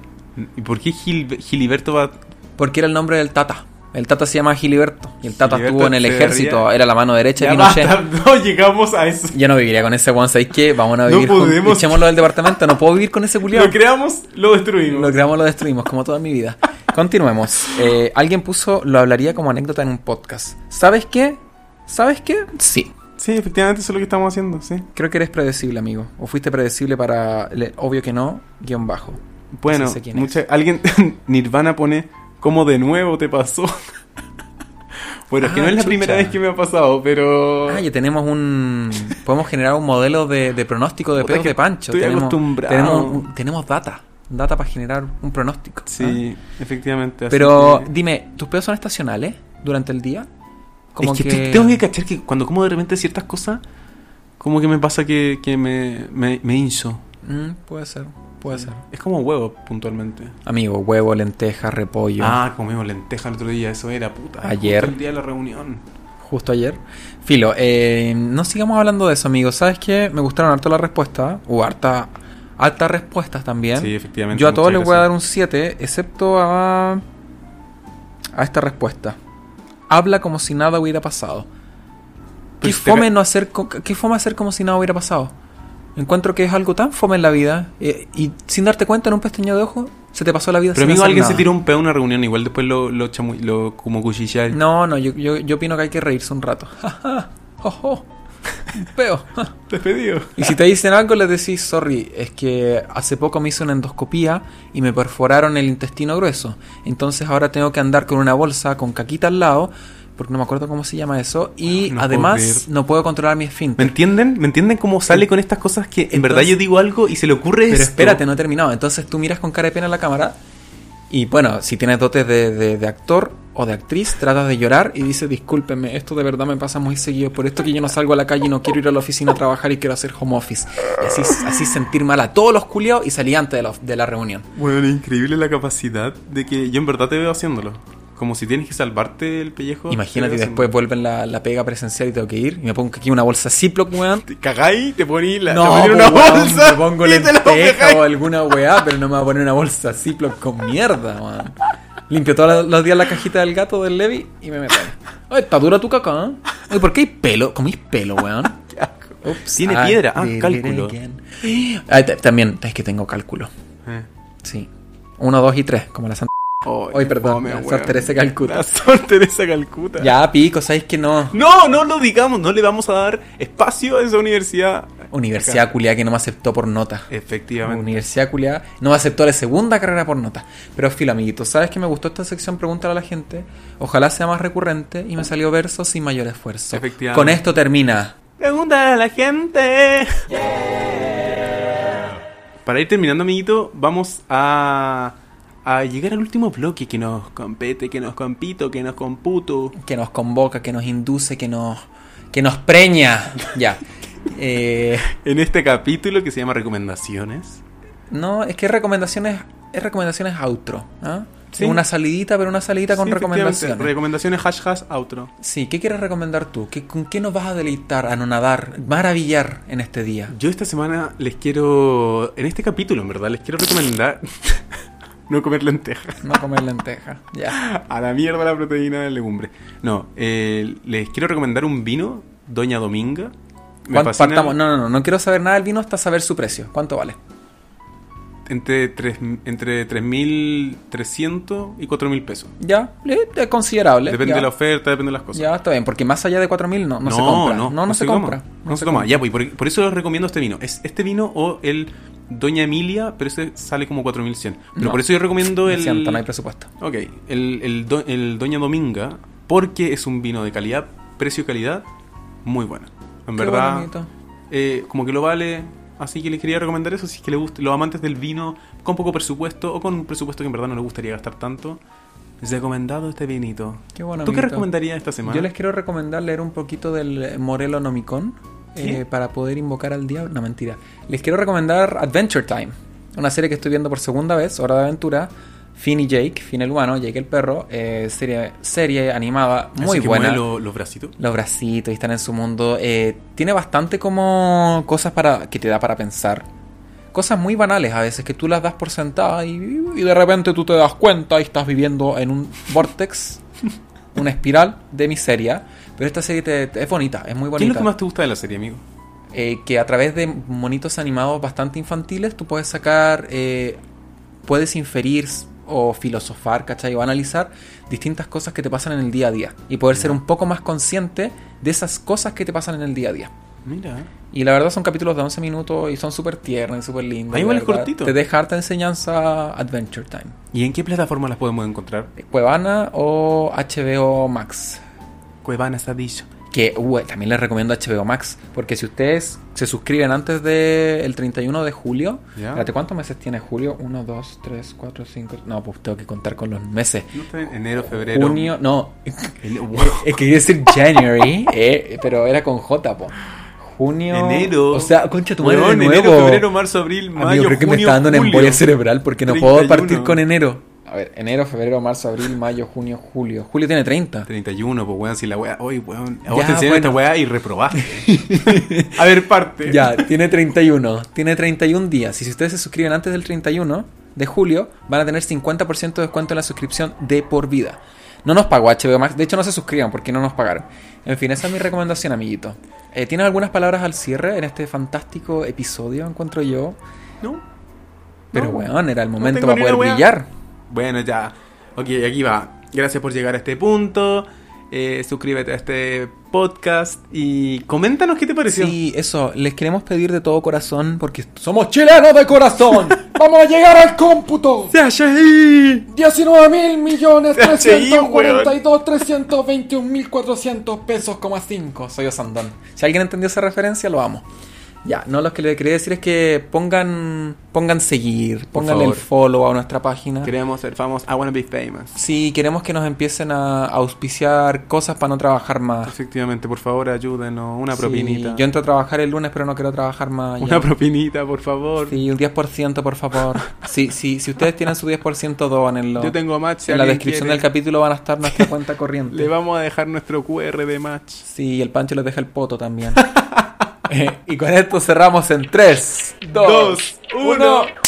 B: ¿Y por qué Gil- Giliberto va.?
A: Porque era el nombre del Tata. El Tata se llama Giliberto. Y el Tata
B: Giliberto
A: estuvo en el
B: Echeverría.
A: ejército, era la mano derecha
B: Ya
A: de Pinochet.
B: basta, no llegamos a eso.
A: Yo no viviría con ese Juan, ¿sabéis qué? Vamos a
B: No
A: vivir juntos.
B: podemos.
A: Echémoslo del departamento, no puedo vivir con ese culiado.
B: Lo creamos, lo destruimos.
A: Lo creamos, lo destruimos, como toda mi vida. Continuemos. Eh, alguien puso, lo hablaría como anécdota en un podcast. ¿Sabes qué? ¿Sabes qué? Sí.
B: Sí, efectivamente, eso es lo que estamos haciendo, sí.
A: Creo que eres predecible, amigo. O fuiste predecible para... le- obvio que no, guión bajo.
B: Bueno,
A: Sí sé quién es.
B: mucha- alguien. Nirvana pone. ¿Cómo de nuevo te pasó? bueno, es que
A: Ah,
B: no es la
A: chucha.
B: primera vez que me ha pasado, pero.
A: Ah, ya tenemos un... Podemos generar un modelo de, de pronóstico de
B: Puta
A: pedos
B: que
A: de pancho.
B: estoy
A: tenemos,
B: acostumbrado.
A: Tenemos, un- tenemos data. Data para generar un pronóstico. ¿ah?
B: Sí, efectivamente. así
A: Pero
B: que-
A: dime, ¿tus pedos son estacionales durante el día?
B: es que, te- tengo que cachar que cuando como de repente ciertas cosas, como que me pasa que, que me, me, me hincho.
A: Mm, puede ser, puede ser.
B: Es como huevo, puntualmente.
A: Amigo, huevo, lenteja, repollo.
B: Ah, comimos lenteja el otro día, eso era, puta.
A: Ayer.
B: justo el día de la reunión.
A: Justo ayer. Filo, eh, no sigamos hablando de eso, amigo. ¿Sabes qué? Me gustaron harto las respuestas. O harta, hartas respuestas también.
B: Sí, efectivamente.
A: Yo a todos
B: muchas
A: les voy a dar
B: gracias.
A: un 7, excepto a. a esta respuesta. Habla como si nada hubiera pasado. ¿Qué
B: si te
A: fome,
B: ca-
A: no hacer, co- qué fome hacer como si nada hubiera pasado? Encuentro que es algo tan fome en la vida eh, y sin darte cuenta en un pestañeo de ojo se te pasó la vida
B: Pero
A: sin
B: amigo,
A: hacer
B: alguien se
A: nada.
B: tiró un pedo en una reunión, igual después lo, lo, chamu- lo como cuchillar.
A: No, no, yo, yo, yo opino que hay que reírse un rato. Ojo, peo.
B: Despedido.
A: Y si te dicen algo, les decís, sorry, es que hace poco me hice una endoscopía y me perforaron el intestino grueso. Entonces ahora tengo que andar con una bolsa con caquita al lado, porque no me acuerdo cómo se llama eso. Y
B: No puedo
A: además
B: creer.
A: no puedo controlar mi
B: ¿Me
A: esfínter.
B: entienden? ¿Me entienden cómo sale con estas cosas que en
A: Entonces-
B: verdad yo digo algo y se le ocurre
A: Pero
B: esto?
A: espérate, no he terminado. Entonces tú miras con cara de pena a la cámara y bueno, si tienes dotes de, de- de actor o de actriz, tratas de llorar y dices, discúlpeme, esto de verdad me pasa muy seguido. Por esto que yo no salgo a la calle y no quiero ir a la oficina a trabajar y quiero hacer home office. Y así, así sentir mal a todos los culiados y salí antes de la, de la reunión.
B: Bueno, es increíble la capacidad de que yo en verdad te veo haciéndolo. Como si tienes que salvarte el pellejo.
A: Imagínate,
B: te veo
A: después vuelven la, la pega presencial y tengo que ir. Y me pongo aquí una bolsa Ziploc, weón.
B: haciéndolo. Te cagáis, te poní la.
A: No,
B: te poní una
A: po, weón,
B: bolsa.
A: me pongo
B: y te la
A: lenteja
B: pegáis.
A: o alguna weá, pero no me voy a poner una bolsa Ziploc con mierda, weón. Limpio todos los días la cajita del gato del Levi y me meto ahí. Ay, está dura tu caca, ¿eh? Ay, ¿por qué hay pelo? Comís pelo, weón. Ups,
B: Tiene
A: I
B: piedra. Ah,
A: did it
B: cálculo.
A: again. Ah, t- también, es que tengo cálculo.
B: Eh.
A: Sí. Uno, dos y tres, como la santa.
B: Ay,
A: Ay,
B: qué
A: perdón,
B: fome,
A: la Sor
B: weón.
A: Teresa de Calcuta.
B: La Sor Teresa Calcuta.
A: Ya, pico, ¿sabes que no?
B: No, no lo digamos, no le vamos a dar espacio a esa universidad.
A: Universidad culiada que no me aceptó por nota.
B: Efectivamente.
A: Universidad culiada. No me aceptó la segunda carrera por nota. Pero filo, amiguito, ¿sabes que me gustó esta sección? Pregúntale a la gente. Ojalá sea más recurrente. Y me salió verso sin mayor esfuerzo.
B: Efectivamente.
A: Con esto termina.
B: Pregunta a la gente. Para ir terminando, amiguito, vamos a, a llegar al último bloque que nos compete, que nos compito, que nos computo.
A: Que nos convoca, que nos induce, que nos, que nos preña. Ya. Eh,
B: En este capítulo que se llama Recomendaciones.
A: no, es que recomendaciones. Es recomendaciones outro. ¿ah?
B: Sí.
A: Una salidita, pero una salidita con
B: Sí,
A: recomendaciones.
B: efectivamente, Recomendaciones hash hash outro.
A: sí, ¿qué quieres recomendar tú? ¿Qué, ¿Con qué nos vas a deleitar, anonadar, maravillar en este día?
B: Yo esta semana les quiero. En este capítulo, en verdad, les quiero recomendar no comer lentejas.
A: No comer lenteja. Ya.
B: A la mierda la proteína de legumbre. No, eh, les quiero recomendar un vino, Doña Dominga. Me
A: ¿Cuánto-
B: fascina
A: partamos? No, no, no, no quiero saber nada del vino hasta saber su precio. ¿Cuánto vale?
B: Entre, tres, entre 3.300 y 4.000 pesos.
A: Ya, eh, es considerable.
B: Depende
A: ya.
B: de la oferta, depende de las cosas.
A: Ya, está bien, porque más allá de 4000 no, no, se compra. No, no, se, compra.
B: toma, No, se, toma. Ya, pues, por, por eso les recomiendo este vino. Es este vino o el Doña Emilia, pero ese sale como 4.100. Pero
A: No.
B: por eso yo recomiendo
A: Lo
B: el...
A: siento, no hay presupuesto.
B: Ok, el, el, do- el Doña Dominga, porque es un vino de calidad, precio y calidad, muy bueno. En
A: Qué
B: verdad,
A: bonito.
B: eh, como que lo vale. Así que les quería recomendar eso, si es que les gusta, los amantes del vino con poco presupuesto o con un presupuesto que en verdad no les gustaría gastar tanto. Les he recomendado este vinito.
A: Qué bueno,
B: ¿Tú qué
A: amiguito.
B: recomendarías esta semana?
A: Yo les quiero recomendar leer un poquito del eh, Morelo Nomicon
B: ¿Qué?
A: eh, para poder invocar al diablo. No, mentira. Les quiero recomendar Adventure Time, una serie que estoy viendo por segunda vez, Hora de Aventura. Finn y Jake, Finn el humano, Jake el perro, eh, serie, serie animada
B: Eso
A: muy
B: que
A: buena.
B: mueve lo- los bracitos.
A: los bracitos y están en su mundo. Eh, tiene bastante como cosas para que te da para pensar. Cosas muy banales a veces que tú las das por sentada y, y de repente tú te das cuenta y estás viviendo en un vortex, una espiral de miseria. Pero esta serie te- te- es bonita, es muy bonita.
B: ¿Qué es lo que más te gusta de la serie, amigo?
A: Eh, que a través de monitos animados bastante infantiles tú puedes sacar, eh, puedes inferir s- o filosofar, ¿cachai? O analizar distintas cosas que te pasan en el día a día y poder ser un poco más consciente de esas cosas que te pasan en el día a día.
B: Mira.
A: Y la verdad son capítulos de 11 minutos y son súper tiernos y súper lindos.
B: Ah,
A: y
B: igual
A: la
B: es
A: verdad
B: cortito.
A: Te deja harta enseñanza Adventure Time.
B: ¿Y en qué plataforma las podemos encontrar?
A: Cuevana o HBO Max.
B: Cuevana Sadillo.
A: Que uh, también les recomiendo HBO Max. Porque si ustedes se suscriben antes del 31 de julio.
B: Ya.
A: Espérate, ¿cuántos meses tiene julio? 1, 2, 3, 4, 5. No, pues tengo que contar con los meses.
B: Enero, febrero.
A: Junio, no.
B: El-
A: Es que iba a decir January, eh, pero era con J, po. Junio.
B: Enero.
A: O sea, concha tu madre.
B: Weón,
A: de nuevo.
B: enero, febrero, marzo, abril, mayo,
A: Amigo, creo que me
B: junio,
A: está dando una
B: julio.
A: embolia cerebral porque no puedo
B: 31.
A: partir con enero. A ver, enero, febrero, marzo, abril, mayo, junio, julio. Julio tiene 30.
B: 31, pues weón, si la weá. Oye, weón. A
A: Ya,
B: vos te enseñaron
A: bueno.
B: esta weá y reprobaste. a ver, parte.
A: Ya, tiene 31. Tiene 31 días. Y si ustedes se suscriben antes del 31 de julio, van a tener 50% de descuento en la suscripción de por vida. No nos pagó HBO Max. De hecho, no se suscriban porque no nos pagaron. En fin, esa es mi recomendación, amiguito. Eh, ¿Tienes algunas palabras al cierre en este fantástico episodio, encuentro yo?
B: No.
A: Pero,
B: No.
A: weón, era el momento
B: tengo
A: para
B: ni
A: poder
B: una weá.
A: brillar.
B: Bueno, ya. Ok, aquí va. Gracias por llegar a este punto. Eh, suscríbete a este podcast y coméntanos qué te pareció.
A: Sí, eso, les queremos pedir de todo corazón porque somos chilenos de corazón. Vamos a llegar al cómputo.
B: ¡Se halla ahí!
A: 19 mil millones
B: Sí,
A: 342 321 mil 400 pesos, coma 5. Soy Osandón. Si alguien entendió esa referencia, lo amo. Ya, no, lo que le quería decir es que pongan, pongan seguir,
B: Por
A: pongan el
B: favor.
A: follow a nuestra página.
B: Queremos ser famosos. I wanna be famous.
A: Si queremos que nos empiecen a auspiciar cosas para no trabajar más.
B: Efectivamente, por favor, ayúdenos. Una
A: Ah. Sí,
B: propinita.
A: yo entro a trabajar el lunes, pero no quiero trabajar más. ya.
B: Una propinita, por favor.
A: Sí, un 10%, por favor. sí, sí, si ustedes tienen su 10%, dónenlo.
B: Yo tengo match. si
A: en la
B: alguien
A: descripción
B: quiere.
A: del capítulo van a estar nuestra cuenta corriente.
B: Le vamos a dejar nuestro QR de match.
A: Sí, el Pancho les deja el poto también. Eh, y con esto cerramos en 3, 2,
B: Dos,
A: 1.
B: uno.